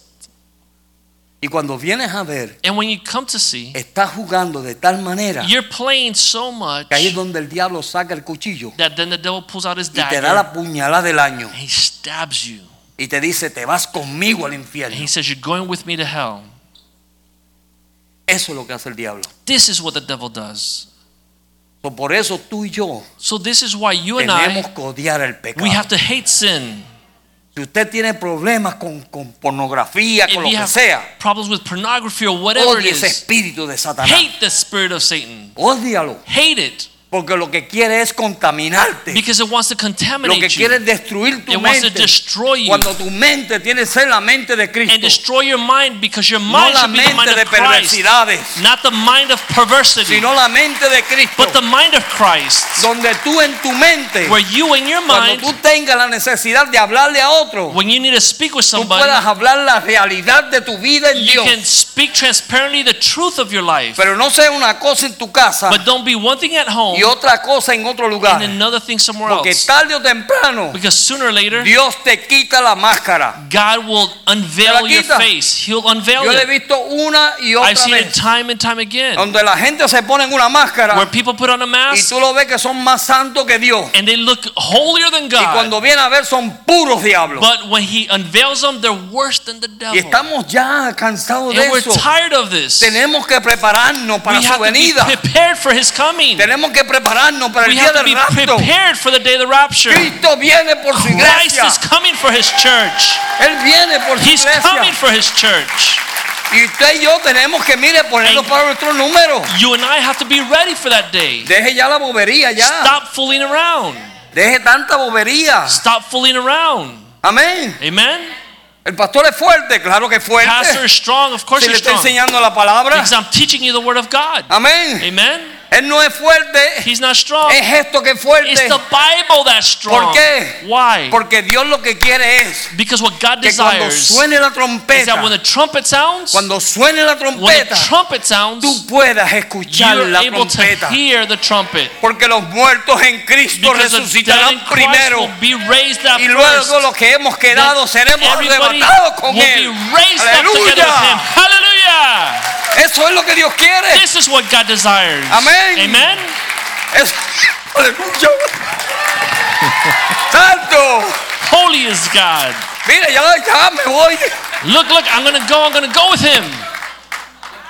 Y cuando vienes a ver,
And when you come to see,
está jugando de tal manera
you're playing so much
que ahí es donde el diablo saca el cuchillo
that then the devil pulls out his
y te da
dagger
la puñalada del año
and he stabs you.
y te dice, te vas conmigo al
And he
infierno.
says, You're going with me to hell.
Eso es lo que hace el diablo.
This is what the devil does.
So, por eso tú y yo
So, this is why you and I,
tenemos que odiar el pecado.
we have to hate sin.
Si usted tiene problemas con, con pornografía, con
If
lo
you
que
have
sea,
problems with pornography or whatever it
odie ese
is,
espíritu de Satanás.
hate the spirit of Satan.
Ódialo,
Hate it
porque lo que quiere es contaminarte.
because it wants to
Lo que
contaminate you.
quiere es destruir tu
It wants to
mente.
destroy you.
Cuando tu mente tiene que ser la mente de
and
Cristo,
destroy your mind because your
no
mind
la
should be the mind
mente de
of Christ,
perversidades,
not the mind of perversity,
sino la mente de Cristo.
but the mind of Christ,
Donde tú en tu mente,
where you in your
cuando
mind,
tú tengas la necesidad de hablarle a otro,
when you need to speak with
tú
somebody,
puedas hablar la realidad de tu vida en
you
Dios.
can speak transparently the truth of your life.
Pero no sea una cosa en tu casa
But don't be one thing at home
y otra cosa en otro lugar.
and another thing somewhere
Porque
else,
tarde o temprano
because sooner or later
Dios te quita la máscara.
God will
Te
unveil
la
your
quita.
face. He'll unveil
Yo le he
it.
visto una y otra
I've seen it
vez.
time and time again,
Donde la gente se pone en una
where
máscara
people put on a
y
mask
tú lo ves que son más santos que Dios.
and they look holier than
Y
God.
cuando viene a ver son puros diablos.
But when he unveils them, they're worse than the
Y
devil.
estamos ya cansados de
And we're
eso.
tired of this. We
Tenemos que prepararnos para su
have to be
venida.
prepared for his coming.
Tenemos que prepararnos para el
We
día
have to
del
be
rapto.
prepared for the day of the rapture.
Cristo viene por su
Christ
iglesia.
is coming for his church.
Él viene por su
He's coming
iglesia.
for his church.
Y usted y yo tenemos que, mire, ponerlo
And-
para nuestro número.
You and I have to be ready for that day.
Deje ya la bobería, ya.
Stop fooling around.
Deje tanta bobería.
Stop fooling around.
Amén.
Amen?
El pastor es fuerte, claro que es fuerte.
Pastor is strong. Of course
Si le Ah.
he's
está
strong.
enseñando la palabra.
Because I'm teaching you the word of God.
Amén.
Amen?
Él no es fuerte.
He's not strong.
Es esto que es
It's
fuerte.
the Bible that's strong.
qué?
Why?
Porque Dios lo que quiere es
Because what God
que cuando
desires is
suene la
that
trompeta,
when the trumpet sounds,
cuando suene la
when the
trompeta,
trumpet
tú
sounds,
puedas escuchar
you're
la
able to
trompeta.
hear the trumpet.
Porque los muertos en Cristo
Because the dead in
resucitarán
Christ
primero.
will be raised up
Y
first.
luego los que hemos
Then
quedado seremos
everybody
arrebatados con
will
Él.
be raised up together with Him.
Aleluya.
Hallelujah!
Eso es lo que Dios quiere.
This is what God desires.
Amén.
Amen?
Es- Aleluya. Santo.
Holy is God.
Mira, ya, ya me voy.
Look, look, I'm going to go. I'm going to go with Him.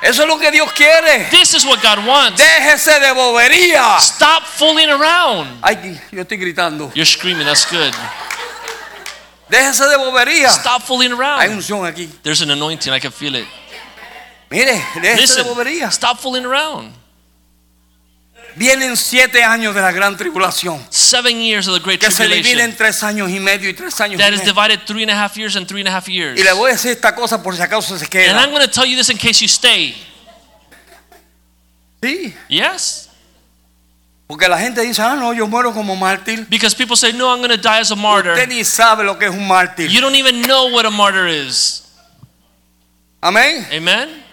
Eso es lo que Dios quiere.
This is what God wants.
Déjese de bobería.
Stop fooling around.
Ay, yo estoy gritando.
You're screaming. That's good.
Déjese de bobería.
Stop fooling
Hay
around.
unción aquí.
There's an anointing. I can feel it.
Mire, deje de
Listen,
boberías.
stop fooling around.
Vienen siete años de la gran tribulación.
Seven years of the Great
Que se divide en
Tribulation.
tres años y medio y tres años
That
y
is
medio.
divided three and a half years and three and a half years.
Y le voy a decir esta cosa por si acaso se
And I'm
queda.
going to tell you this in case you stay.
Sí,
Yes?
porque la gente dice, ah, no, yo muero como mártir.
Because people say, no, I'm going to die as a martyr.
Usted ni sabe lo que es un mártir.
You don't even know what a martyr is.
Amén.
Amen?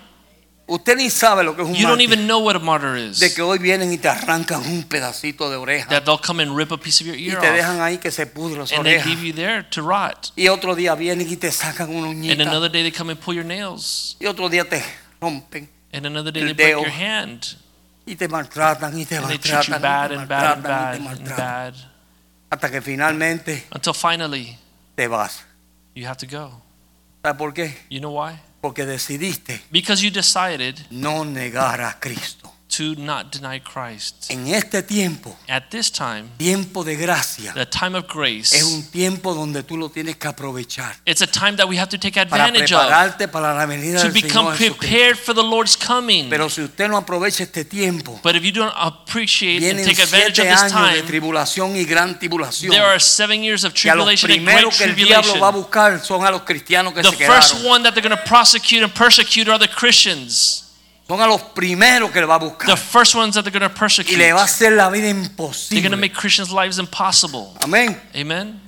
Usted ni sabe lo que es un
You don't
mártir.
even know what a martyr is.
De que hoy vienen y te arrancan un pedacito de oreja.
That they'll come and rip a piece of your
Y
ear
te
off.
dejan ahí que se pudre las
And they
orejas.
leave you there to rot.
Y otro día vienen y te sacan una
And
uñita.
another day they come and pull your nails.
Y otro día te rompen.
And another day
El
they break
dedo.
your hand.
Y te maltratan y te
And they treat you
maltratan.
bad
y te
and bad and
maltratan,
bad
y te
and
maltratan.
bad.
Hasta que finalmente
Until finally,
te vas.
you have to go.
¿Sabes por qué?
You know why?
Porque decidiste
Because you decided
no negar a Cristo.
to not deny Christ.
En este tiempo,
At this time,
tiempo de gracia,
the time of
es
grace,
un tiempo donde tú lo tienes que aprovechar
it's a time that we have to take
para
advantage of
prepararte para la venida
to
del
become
Señor Jesucristo.
prepared for the Lord's coming.
Pero si usted no aprovecha este tiempo,
But if you don't appreciate and
vienen
take advantage of
siete
this
años de
time,
tribulación y gran tribulación.
there are seven years of
Que a los
tribulation and great
primeros que el diablo va a
tribulation.
buscar son a los cristianos que
The
se quedaron.
first one that they're going to prosecute and persecute are the Christians.
Son a los primeros que le va a
The
buscar.
first ones that they're going to
Y
persecute.
le va a hacer
They're
la vida
going to
imposible.
make Christians' lives impossible.
Amén.
Amen.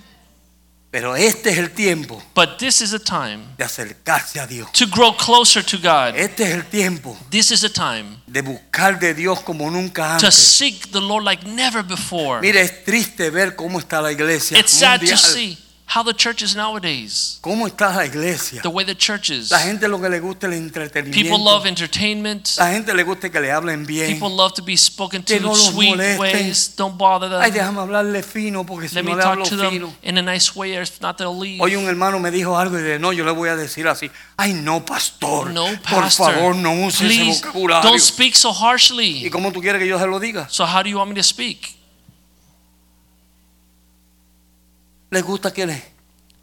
Pero este es el tiempo
But this is a time
de acercarse a Dios.
to grow closer to God.
Este es el tiempo
This is a time
de buscar de Dios como nunca
to
antes.
seek the Lord like never before.
Mire, es triste ver cómo está la iglesia
It's sad to
mundial.
see how the church is nowadays.
Cómo está la iglesia.
The way the church is.
La gente lo que le gusta es el entretenimiento.
People love entertainment.
la gente le gusta que le hablen bien.
People love to be spoken
Que
to
no
in
los
sweet
molesten.
ways. Don't bother
Ay,
them.
déjame hablarle fino porque si
Let me
no le hablo
talk to them
fino.
in a nice way, or if not, they'll leave.
Hoy un hermano me dijo algo y le dije, no, yo le voy a decir así. Ay, no, pastor.
No,
por
pastor.
favor, no use
Please
ese vocabulario.
don't speak so
¿Y
harshly.
cómo tú quieres que yo se lo diga?
So how do you want me to speak?
¿Les gusta que, le,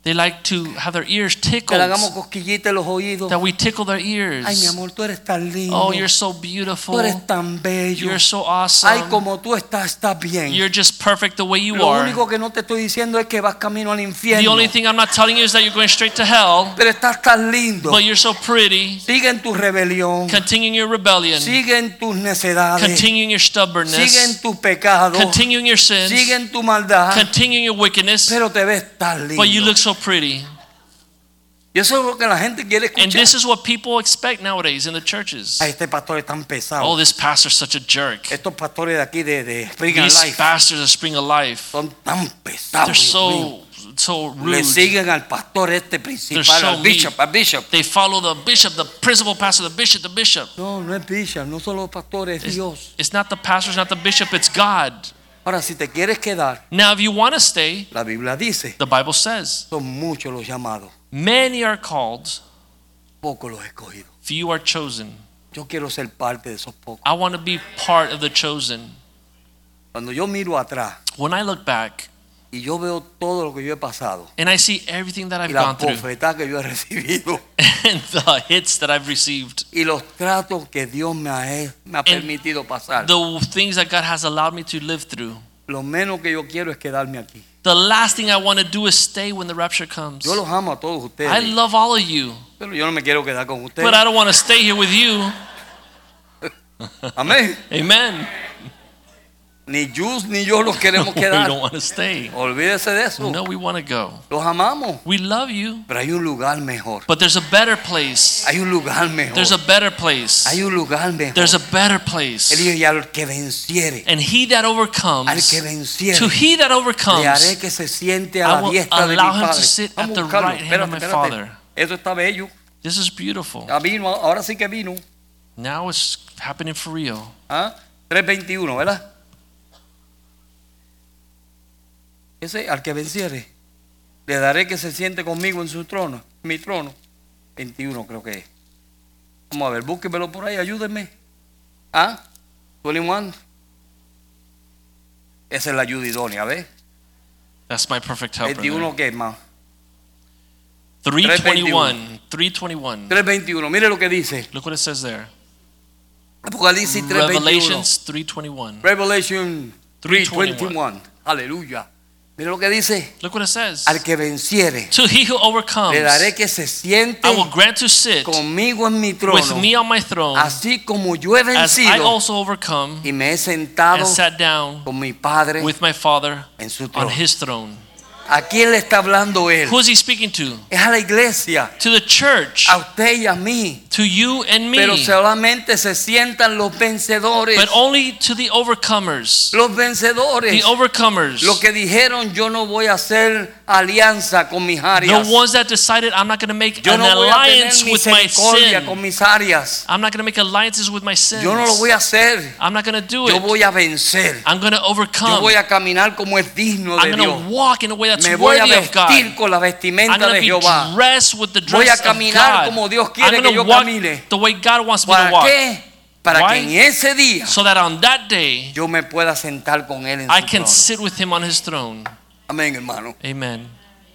They like to have their ears
que le hagamos
tickled.
cosquillitas en los oídos?
That we tickle their
Ay, mi
ears.
amor, tú eres tan lindo.
Oh, you're so
tú
beautiful.
eres tan bello.
You're so
Ay,
awesome.
como tú estás, estás bien.
You're just perfect the way you
Lo
are.
único que no te estoy diciendo es que vas camino al
The
infierno.
only thing I'm not telling you is that you're going straight to hell,
Pero estás tan lindo.
but you're so pretty.
Sigue en tu rebelión.
Continuing your rebellion,
Sigue en tus necedades.
continuing your
Sigue en
stubbornness,
tu pecado.
continuing your sins,
Sigue en tu maldad.
continuing your wickedness,
ah. Pero te ves tan lindo.
but you look so pretty.
Y eso es lo que la gente quiere
And
escuchar.
this is what people expect nowadays in the churches.
A este pastor es tan
Oh,
pesado.
this pastor's such a jerk.
Estos pastores de aquí de, de Spring and
These
Life
pastors of Spring of Life,
son tan pesados.
they're
Dios mío.
so so
Le
rude.
siguen al pastor este
They're
principal,
so
al bishop, al bishop.
They follow the bishop, the principal pastor, the bishop, the bishop.
No, no es bishop, no solo pastor, es Dios.
It's not the pastor, it's not the bishop, it's God.
Ahora, si te quieres quedar,
Now, if you want to stay,
la Biblia dice,
the Bible says,
son muchos los llamados,
many are called,
pocos los escogidos.
few are chosen.
Yo quiero ser parte de esos pocos.
I want to be part of the chosen.
Cuando yo miro atrás
When I look back
y yo veo todo lo que yo he pasado
and I see everything that
y
I've
las
gone through
bofetadas que yo he recibido
and the hits that I've received,
y los tratos que Dios me ha, me ha permitido pasar,
the things that God has allowed me to live through,
lo menos que yo quiero es quedarme aquí.
the last thing I want to do is stay when the rapture comes.
Yo los amo a todos
I
ustedes,
love all of you,
pero yo no me quiero quedar con ustedes.
but I don't want to stay here with you.
Amén.
Amen.
Ni Jus ni yo los queremos
we
quedar.
don't want to stay.
Olvídese de eso.
No, we want to go.
Los amamos.
We love you,
Pero hay un lugar mejor.
but there's a better place.
Hay un lugar mejor.
There's a better place.
Hay un lugar mejor.
There's a better
Él
place.
dijo, y al que venciere,
And he
al
that overcomes,
que venciere,
to he
le
that
haré
overcomes,
que se siente
I
a la
will
diestra de mi
allow him to
Padre.
sit at
Vamos a
the
buscarlo.
right hand of
Espérate,
my
espérate.
Father.
Eso está bello.
this is beautiful.
Ya vino, ahora sí que vino.
Now it's happening for real.
¿Ah? 3.21, ¿verdad? Ese al que venciere, le daré que se siente conmigo en su trono, mi trono. 21 creo que es. Vamos a ver, búsquenmelo por ahí, ayúdenme. ¿Ah? 21. Esa es la ayuda idónea, ¿ves?
That's my perfect helper.
21 que es más.
321. 321. 321.
3.21, mire lo que dice.
Look what it says there.
Apocalipsis 3.21.
Revelations 321.
Revelation 3.21.
3:21.
Aleluya. Mire lo que dice.
Look what it says.
Al que venciere,
To he who overcomes,
le daré
I
que se siente
will grant to sit
conmigo en mi
with me
trono,
on my throne,
así como yo he
as I
vencido
also overcome
y me he
and
sentado
sat down
con mi Padre
with my Father
en su
on
trono.
his throne.
¿A quién le está hablando él?
Who is he speaking to?
Es a la iglesia,
To the church,
a usted y a mí.
to you and
Ah. Pero
me,
solamente se sientan los vencedores.
but only to the overcomers.
Los
The
vencedores.
overcomers,
Los que dijeron yo no voy a hacer alianza con mis áreas.
the ones that decided I'm not going to make
Yo
an
no voy a tener
alliance with my
misericordia con
sin.
mis áreas.
I'm not going to make alliances with my sins.
Yo no lo voy a hacer.
I'm not going to do
Yo
it.
voy a vencer.
I'm going to
Yo
overcome.
voy a caminar como es digno de
I'm going
Dios.
to walk in a way that's
Me voy a
worthy of
vestir
God.
con la
I'm
vestimenta
going to
de
be
Jehová.
dressed with the
Voy a
dress of
caminar
God.
como Dios quiere
I'm
que
going
yo
to walk
camine.
the way God wants me to
¿Para
walk.
qué? Para que
Why?
en ese día
So that on that day,
yo me pueda sentar con Él en
I
su
can
trono.
sit with him on his throne.
Amén, hermano.
Amen.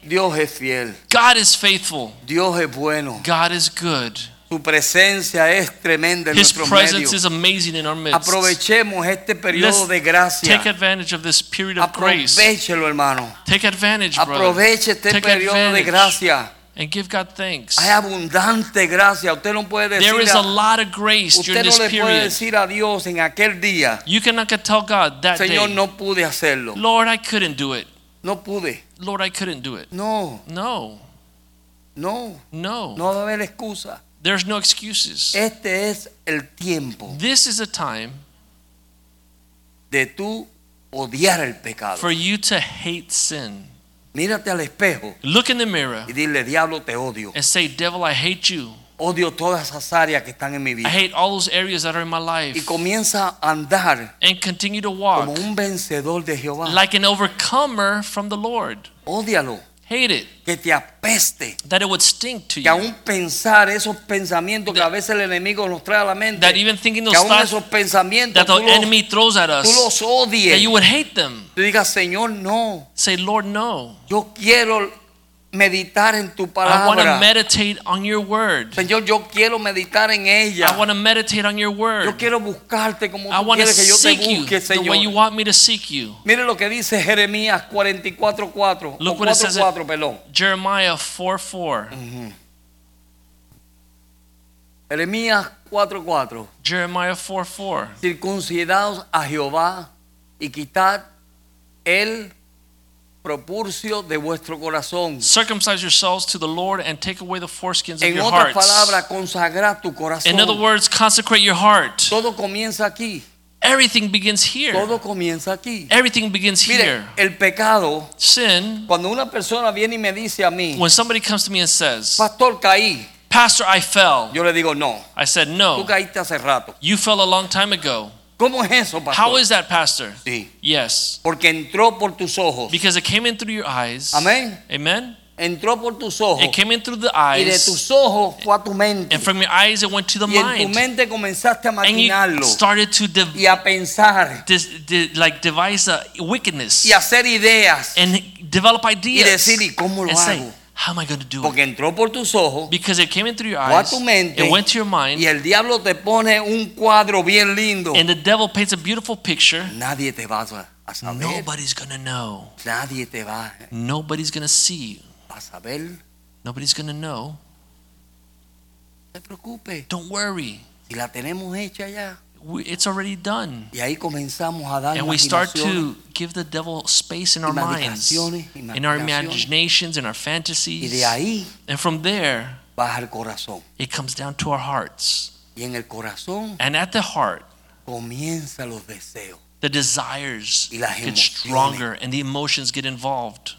Dios es fiel.
God is faithful.
Dios es bueno.
God is good.
Su presencia es tremenda en
His
nuestro
presence
medio.
is amazing in our midst.
Aprovechemos este periodo
Let's
de gracia.
Take advantage of this period of grace.
Aprovechelo, hermano.
Take advantage, brother,
Aproveche este
Take
periodo de
advantage.
gracia.
and give God thanks.
Hay abundante gracia. Usted no puede
There
decir
is a
a,
lot of grace during
usted no
this
le puede
period.
decir a Dios en aquel día,
You cannot tell God that
Señor,
day,
no pude hacerlo.
Lord, I couldn't do it.
No pude.
Lord, I couldn't do it.
No,
No,
no,
no.
no Eh. va a haber excusa.
There's no excuses.
Este es el tiempo
This is a time
de tú odiar el pecado.
for you to hate sin.
Mírate al espejo
Look in the mirror
y dile, diablo, te odio.
and say, Devil, I hate you.
Odio todas esas áreas que están en mi
I
vida.
hate all those areas that are in my
Y
life.
comienza a andar
And continue to
como
walk
un vencedor de Jehová.
like an overcomer from the Lord.
Ódialo,
Hate it,
que te apeste.
that it would stink to
que
you.
aún pensar esos pensamientos que a veces el enemigo nos trae a la mente,
That even thinking
que
those
aún
thoughts
esos pensamientos
that the
tú los,
enemy throws at
tú
us,
los
that you
odies.
would hate them.
Tú digas, Señor, no,
Say, Lord, no.
yo quiero meditar en tu
I want to
palabra.
meditate on your word.
Señor, yo quiero meditar en ella.
I want to meditate on your word.
Yo quiero buscarte como
I
tú
want to
quieres que yo te
seek you
busque,
the way you
Señor.
want me to seek you.
Mire lo que dice Jeremías 44:4 o
Look what it says in-
4:4, perdón.
Jeremiah 4 4.
Mm. Jeremías 4:4.
Jeremiah 4 4.
circuncidados a Jehová y quitad el propurcio de vuestro corazón.
Circumcise yourselves to the Lord and take away the foreskins of
En
your
otras
hearts.
palabras, consagrar tu corazón.
In other words, consecrate your heart.
Todo comienza aquí.
Everything begins here.
Todo comienza aquí.
Everything begins
Mire,
here.
el pecado,
Sin,
cuando una persona viene y me dice a mí,
when somebody comes to me and says,
pastor, caí,
Pastor, I fell.
yo le digo, no,
I said,
tú
No,
caíste hace rato.
you fell a long time ago.
¿Cómo es eso, pastor?
How is that, Pastor?
Sí,
Yes,
porque entró por tus ojos.
because it came in through your eyes.
Amén.
Amen.
Entró por tus ojos.
It came in through the
Y de
eyes,
tus ojos fue a tu mente.
and from your eyes it went to the
Y en tu
mind,
mente comenzaste a
and you
maquinarlo.
started to de-
y a pensar
dis- de- like devise a wickedness
y hacer ideas
and develop ideas.
decir, "¿Y cómo lo
and say,
hago?"
how am I going to do it?
porque entró por tus ojos
Because it came in through your
fue a
eyes,
tu mente
it went to your
y
mind,
el diablo te pone un cuadro bien lindo
and the devil paints a beautiful picture.
nadie te va a a saber
Nobody's going to know.
nadie te va
Nobody's going to see you.
a saber no
Nobody's going to know.
te preocupes
Don't worry.
y la tenemos hecha ya
We, it's already done.
y ahí comenzamos a dar
And we start
imaginaciones
to give the devil space in our minds,
Imaginaciones,
in our
imaginaciones.
imaginations, in our
y
fantasies.
de ahí
And from there,
vas al corazón
it comes down to our hearts.
y en el corazón
And at the heart,
comienza los deseos
the desires
Y las
get
emociones.
stronger and the emotions get involved.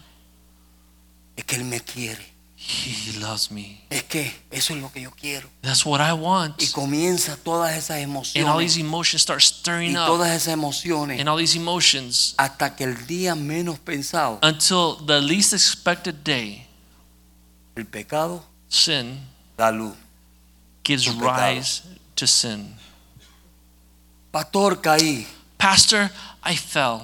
es que él me quiere
He loves me.
es que eso es lo que yo quiero
That's what I
y
want.
comienza todas esas
And all
emociones
these emotions start
y
stirring up.
todas esas emociones
And all these emotions
hasta que el día menos pensado
until the least expected day,
el pecado
sin
da luz
gives
Un pecado.
rise to sin.
pastor caí
Pastor, I fell.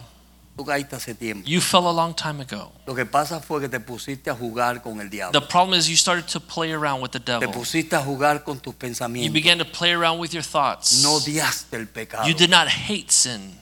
Tú caíste hace tiempo.
You fell a long time ago.
Lo que pasa fue que te pusiste a jugar con el diablo.
The problem is you started to play around with the
Te
devil.
pusiste a jugar con tus
You
pensamientos.
began to play around with your thoughts.
No odiaste el pecado.
You did not hate sin.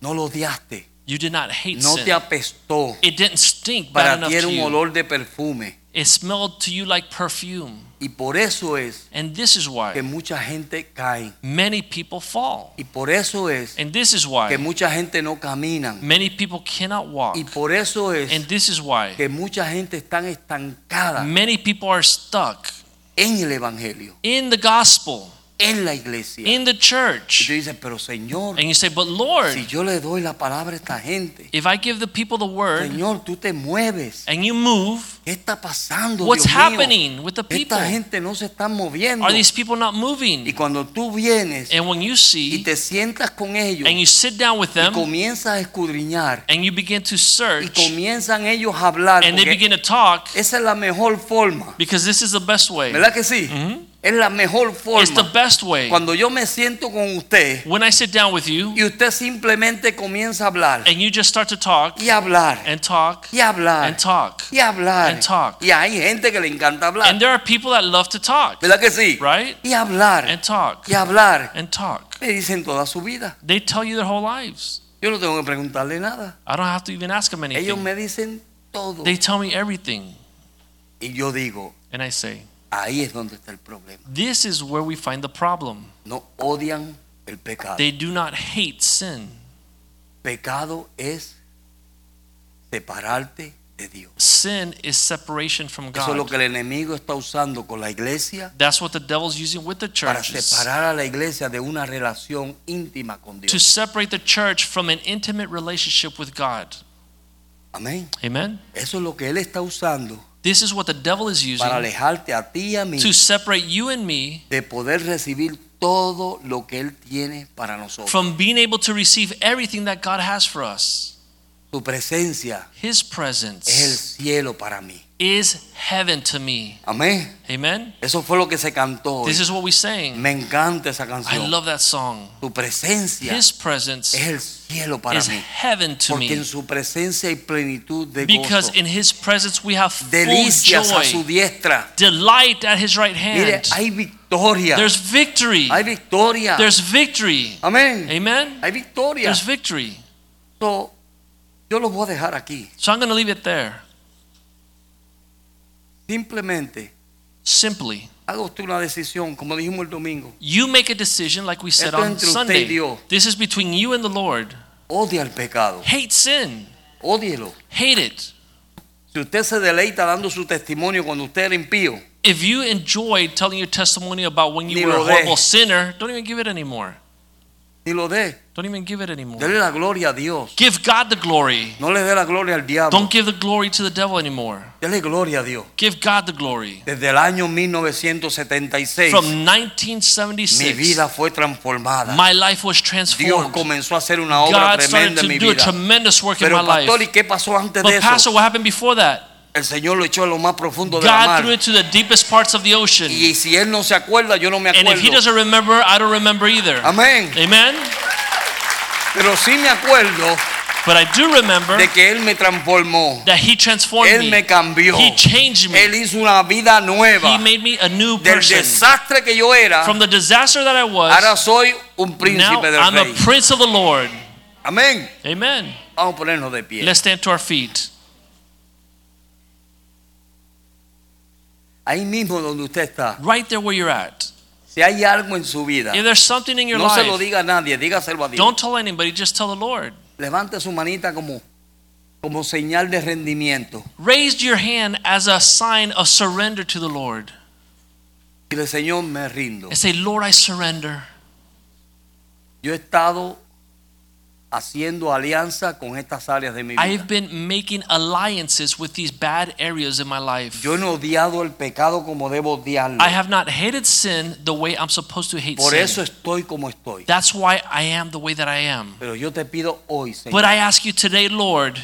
No lo odiaste.
You did not hate
No te
sin.
apestó.
It didn't stink bad
Para
enough
ti era
to
un
you.
olor de perfume.
It smelled to you like perfume.
Y por eso es
And this is
que
why
mucha gente cae.
many people fall.
Y por eso es
And this is
que
why
mucha gente no camina.
many people cannot walk.
Y por eso
And
es
this is why
que mucha gente está estancada
many people are stuck
en el Evangelio,
in the gospel,
en la iglesia.
in the
Y
church.
tú dices, pero Señor,
And you say, But Lord,
si yo le doy la palabra a esta gente,
if I give the people the word
Señor, tú te mueves.
and you move,
¿Qué está pasando?
what's
Dios mío?
happening with the people?
Esta gente no se está moviendo.
Are these people not
Y
moving?
cuando tú vienes
And when you
y
see
te sientas con ellos
and you sit down with
y
them
comienzas a escudriñar
and you begin to
y
search
comienzan ellos a hablar,
and they
porque
begin to talk
esa es la mejor forma,
because this is the best way.
¿verdad que sí?
Mhm.
Es la mejor
It's the
forma.
best way.
Cuando yo me siento con usted
When I sit down with you
y usted simplemente comienza a hablar
and you just start to talk
y hablar
and talk
y hablar
and talk.
y hablar
and talk.
y hay gente que le encanta hablar,
And there are people that love to talk,
¿verdad que sí?
right?
Y hablar
And talk
y hablar.
and talk.
Me dicen toda su vida.
They tell you their whole lives.
Yo no tengo que preguntarle nada.
I don't have to even ask them
Ellos
anything.
me dicen todo.
They tell me everything.
Y yo digo,
And I say,
ahí es donde está el problema.
This is where we find the problem.
No odian el pecado.
They do not hate sin.
Pecado es separarte de Dios.
Sin is separation from
Eso es lo que
God.
el enemigo está usando con la iglesia
That's what the devil's using with the
para
churches
separar a la iglesia de una relación íntima con
to
Dios.
separate the church from an intimate relationship with God.
Amén.
Amen.
Eso es lo que él está usando
This is what the devil is
para
using
alejarte a ti y a mí
to separate you and me
de poder recibir todo lo que él tiene para nosotros.
from being able to receive everything that God has for us.
Su presencia
His
es el
presence
cielo para mí.
is heaven to me.
Amén.
Amen.
Eso fue lo que se cantó. hoy.
This is what we're saying.
Me encanta esa
I
canción.
love that song.
Tu presencia
His presence
es el cielo para
is
mí.
heaven to
Porque
me.
en su presencia hay plenitud de gozo.
Because in his presence we have full
Delicias a su
joy,
diestra.
delight at his right
Mire,
hand.
hay victoria.
There's victory.
Hay victoria.
There's victory.
Amén.
Amen?
Hay victoria.
There's victory.
So, yo los voy a dejar aquí.
So I'm going to leave it there.
Simplemente,
Simply,
haga usted una decisión, como dijimos el domingo.
you make a decision like we said
Esto
on
entre usted y
Sunday.
Dios.
This is between you and the Lord.
Odia el pecado.
Hate sin.
Ódielo.
Hate it.
Si usted se deleita dando su testimonio cuando usted era impío,
If you enjoyed telling your testimony about when
Ni
you were a
lo dé.
horrible sinner, don't even give it anymore.
ni lo dé.
Don't even give it anymore.
Dele la gloria a Dios.
Give God the glory.
No le dé la gloria al diablo.
Don't give the glory to the devil anymore.
Dele gloria a Dios.
Give God the glory.
Desde el año 1976,
From
mi
1976,
vida fue transformada.
my life was
Dios
transformed.
comenzó a hacer una obra
God started
tremenda en mi
to do a
vida.
tremendous work in my
Pero pastor, ¿y
life.
qué pasó antes de
But pastor,
eso?
what happened before that?
El Señor lo echó a lo más profundo de la
God threw
mar.
it to the deepest parts of the ocean.
Y si él no se acuerda, yo no me
And if he
acuerdo.
doesn't remember, I don't remember either.
Amén.
Amen?
Pero sí me acuerdo
But I do remember
de que él me transformó.
that he transformed
Él me
me.
cambió.
He changed
Él
me.
hizo una vida
He
nueva.
made me a new
Del
person.
desastre que yo era,
From the disaster that I
ahora
was,
soy un
now
príncipe del
I'm a
rey.
prince of the Lord.
Amén.
Amen.
Vamos a ponernos de pie.
Let's stand to our feet.
Ahí mismo donde usted está.
Right there where you're at.
Si hay algo en su vida,
If there's something in your
no se lo
life,
diga a nadie, dígaselo a Dios.
Don't tell anybody, just tell the Lord.
Levante su manita como, como señal de rendimiento.
Raise your hand as a sign of surrender to the Lord
Y le Señor, me rindo.
and say, Lord, I surrender.
Yo he estado haciendo alianza con estas áreas de mi vida.
I've been making alliances with these bad areas in my life.
Yo no he odiado el pecado como debo odiarlo.
I have not hated sin the way I'm supposed to hate
Por
sin.
eso estoy como estoy.
That's why I am the way that I am.
Pero yo te pido hoy, Señor,
But I ask you today, Lord,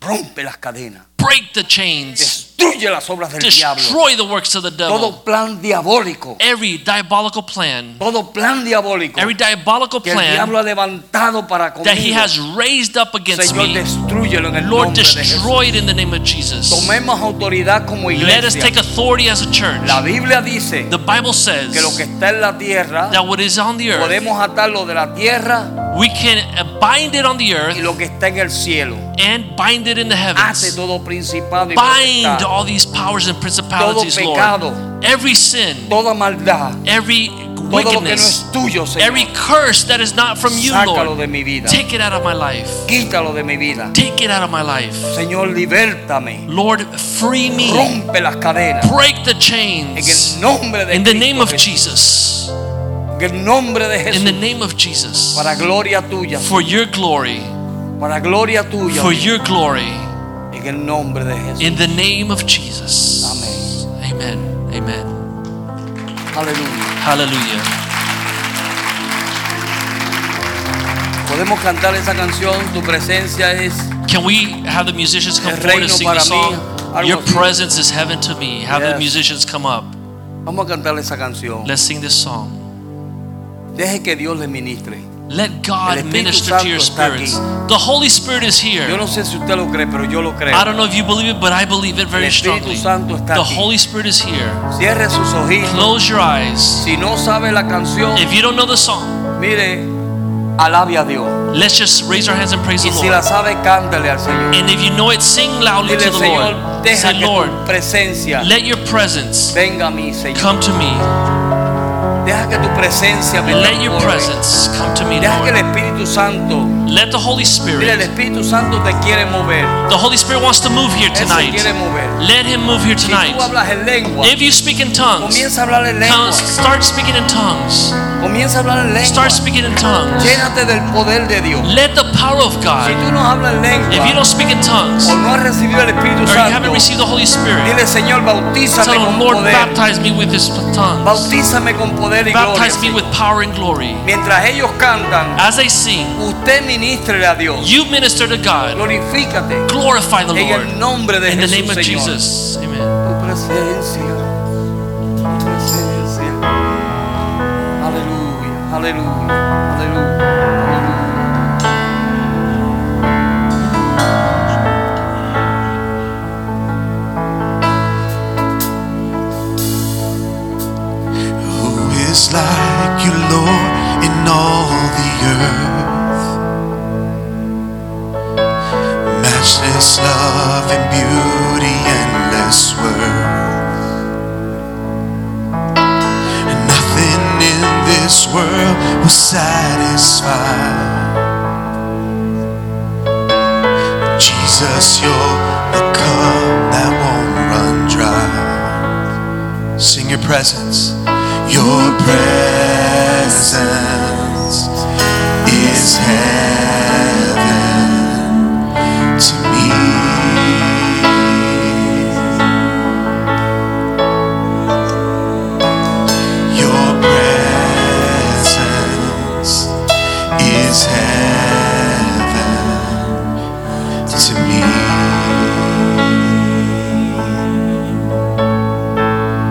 rompe las cadenas,
break the chains,
Destruye las obras del diablo.
destroy the works of the devil.
Todo plan diabólico.
Every diabolical plan,
Todo plan diabólico.
every diabolical
que el
plan
diablo ha levantado para
that he
conmigo.
has raised up against
Señor,
me,
destruyelo en el
Lord,
nombre de Jesús.
destroy it in the name of Jesus.
Tomemos autoridad como
Let us
iglesia.
take authority as a church.
La Biblia dice
The Bible
que lo
says
que está en la tierra
that what is on the earth,
podemos atarlo de la tierra
we can uh, bind it on the
y
earth
lo que está en el cielo.
and bind it in the
Hace
heavens.
todo principado y
Bind
potestad,
all these powers and principalities,
Todo
Lord.
pecado.
Every sin,
toda maldad,
every
todo lo que no es
wickedness,
tuyo, Señor.
every curse that is not from you,
Sácalo
Lord.
de mi vida.
Take it out of my life.
Quítalo de mi vida.
Take it out of my life.
Señor, libértame.
Lord, free me.
Rompe las cadenas.
Break the
En
chains.
el nombre de
In the name of
Cristo Jesús.
Jesus.
En el nombre de
In the
Jesús.
name of Jesus.
Para gloria tuya.
For your glory.
Para gloria tuya.
For your glory.
En el nombre de Jesús.
In the name of Jesus. Amen. Amen.
Aleluya.
Hallelujah.
Podemos cantar esa canción. Tu presencia es.
Can we have the musicians come
El
forward and
reino
sing the
para
song?
mí, algo
Your
así.
presence is heaven to me. Have the
Yes.
musicians come up.
Vamos a cantar esa canción.
Let's sing this song.
Deje que Dios le ministre.
Let
El
God
Espíritu
minister to your
Santo está
spirits. The Holy Spirit is
Yo
here.
no sé si usted lo cree, pero yo lo creo.
I don't know if you believe it, but I believe
El
it very
Espíritu
strongly.
Santo está
The
aquí.
Holy Spirit is here.
Cierre sus ojitos.
Close your eyes.
Si no sabe la canción,
If you don't know the song,
mire, alabe a Dios.
let's just raise our hands and praise the
Y si la
Lord.
sabe, cántale al Señor.
And if you know it, sing loudly
Dile,
to the
Señor,
Lord.
deja
Say,
que tu
Lord,
presencia
let your presence
venga a mí, Señor.
come to me.
Deja que tu presencia me
Let your
transforme.
presence come to me,
Deja que el
Lord.
Espíritu Santo,
Let the Holy
mire,
Spirit
el Espíritu Santo te quiere mover.
The Holy Spirit wants to move here
Él se quiere
tonight.
mover.
Let Him move here
Si tú
tonight.
hablas en lengua,
If you speak in tongues,
comienza a hablar en
come,
lengua.
start speaking in tongues.
Comienza a hablar en lengua.
Start speaking in tongues.
Llénate del poder de Dios.
Let the power of
Si
God,
tú no hablas en
if you
lengua
don't speak in tongues,
o
or
no has recibido el Espíritu
you haven't
Santo,
received the Holy Spirit,
dile Señor, bautízame
tell Him,
con
Lord,
poder.
baptize me with His tongues.
Bautízame con poder y gloria.
Baptize me with power and glory.
Mientras ellos cantan,
As I sing,
usted ministre a Dios.
you minister to God.
Glorifícate
Glorify the
en el
Lord.
nombre de
In the name
Jesús,
of
Señor.
Jesus. Amen.
Tu presencia, tu presencia. Aleluya, aleluya, aleluya, aleluya.
Who is like you, Lord, in all the earth? Matchless love and beauty, endless worth. And nothing in this world will satisfy. Jesus, you're the cup that won't run dry. Sing your presence. Your presence is heaven to me. Your presence is heaven to me.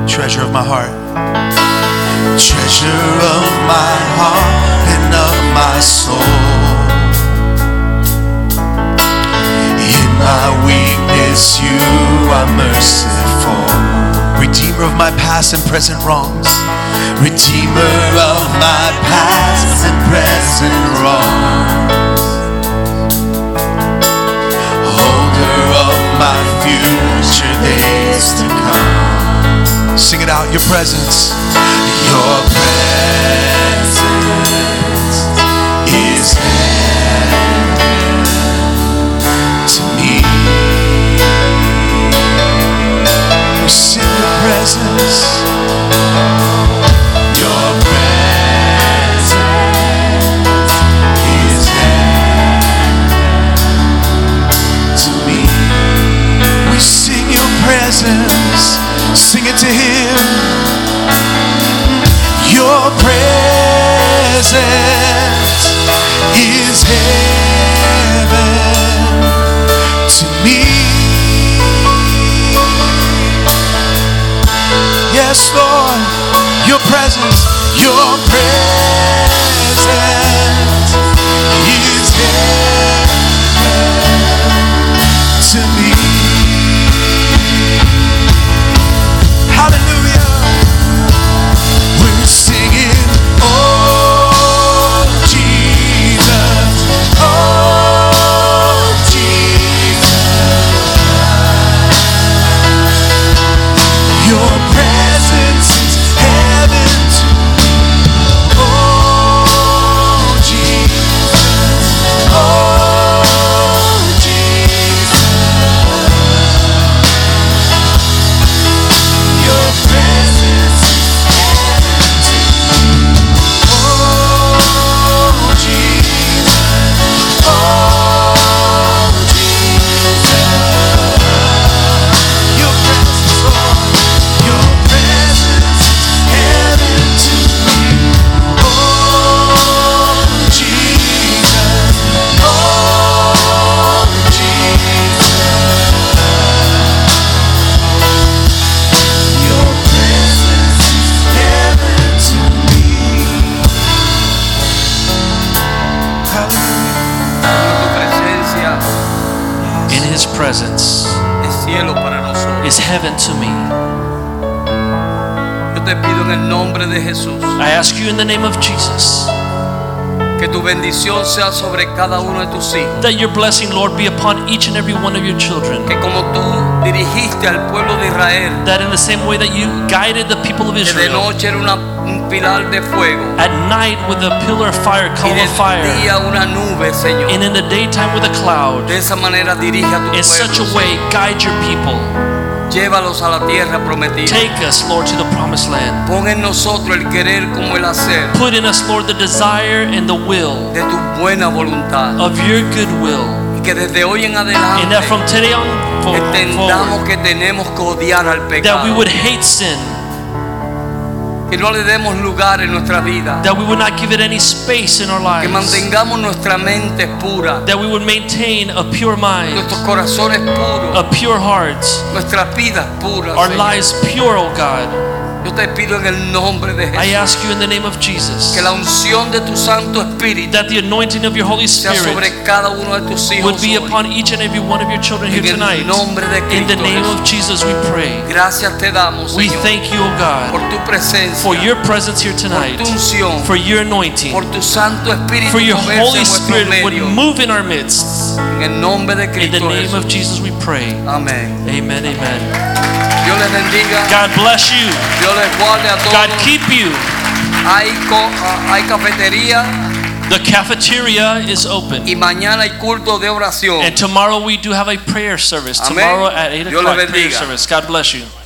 treasure of my heart. Treasure of my heart and of my soul. In my weakness, you are merciful. Redeemer of my past and present wrongs. Redeemer of my past and present wrongs. Holder of my future days to come. Sing it out, your presence. Your presence is heaven to me. Sing your presence. Your presence is heaven to me. We sing your presence, sing it to him. Your presence is heaven to me. Yes, Lord, your presence, your presence is here to me. Hallelujah. We're singing, Oh, Jesus, Oh, Jesus. Your presence is heaven to Oh, Jesus. Oh, Jesus. Your presence is heaven to Oh, Jesus. Oh, Jesus. Your presence, Lord. Your presence is heaven to me. Oh, Jesus. Oh, Jesus. Your presence is heaven to me. Hallelujah.
tu presencia
In his presence
es cielo para nosotros.
is heaven to me.
Yo te pido en el nombre de Jesús
I ask you in the name of Jesus
que tu bendición sea sobre cada uno de tus hijos.
that your blessing, Lord, be upon each and every one of your children.
Que como tú dirigiste al pueblo de Israel,
That in the same way that you guided the people of
que de
Israel,
noche era una- un pilar de fuego
at night with a pillar of fire,
y
column
de
of fire,
día una nube, Señor.
and in the daytime with a cloud.
De esa manera dirige a tu
In such a
pueblo.
way, guide your people.
Llévalos a la tierra prometida.
Take us, Lord, to the promised land.
Pon en nosotros el querer como el hacer
Put in us, Lord, the desire and the will
de tu buena voluntad.
of your goodwill.
Y que desde hoy en
And that from
adelante
today on fo-
entendamos
forward,
que tenemos que odiar al
that we
pecado.
would hate sin,
Que no le demos lugar en nuestra vida.
that we would not give it any space in our
Que
lives,
mantengamos nuestra mente pura,
that we would maintain a pure mind,
nuestros corazones puros,
a pure heart,
nuestras vidas puras.
our
Señor.
lives pure, O God.
Yo te pido en el nombre de
I
Jesús
ask you in the name of Jesus
que la unción de tu Santo Espíritu
that the anointing of your Holy
sea
Spirit
sobre cada uno de tus hijos.
would be
hoy.
upon each and every one of your children here
En el
tonight.
nombre de
In the
Cristo
name
Jesús.
of Jesus, we pray.
Gracias te damos,
We
Señor,
thank you, O God,
por tu presencia,
for your presence here
por
tonight,
tu unción,
for your anointing.
por tu Santo Espíritu
for your
moverse
Holy
en nuestro
Spirit would
medio.
move in our midst.
En el nombre de
In the
Cristo
name
Jesús.
of Jesus, we pray.
Amén.
Amen, amen.
Dios les bendiga,
God bless you.
Dios les guarde a todos.
God keep you.
hay, co- ah, hay cafetería
The cafeteria is open.
y mañana hay culto de oración.
And tomorrow we do have a prayer service.
Amén.
Tomorrow at 8
Dios le
o'clock, prayer
bendiga.
service. God bless you.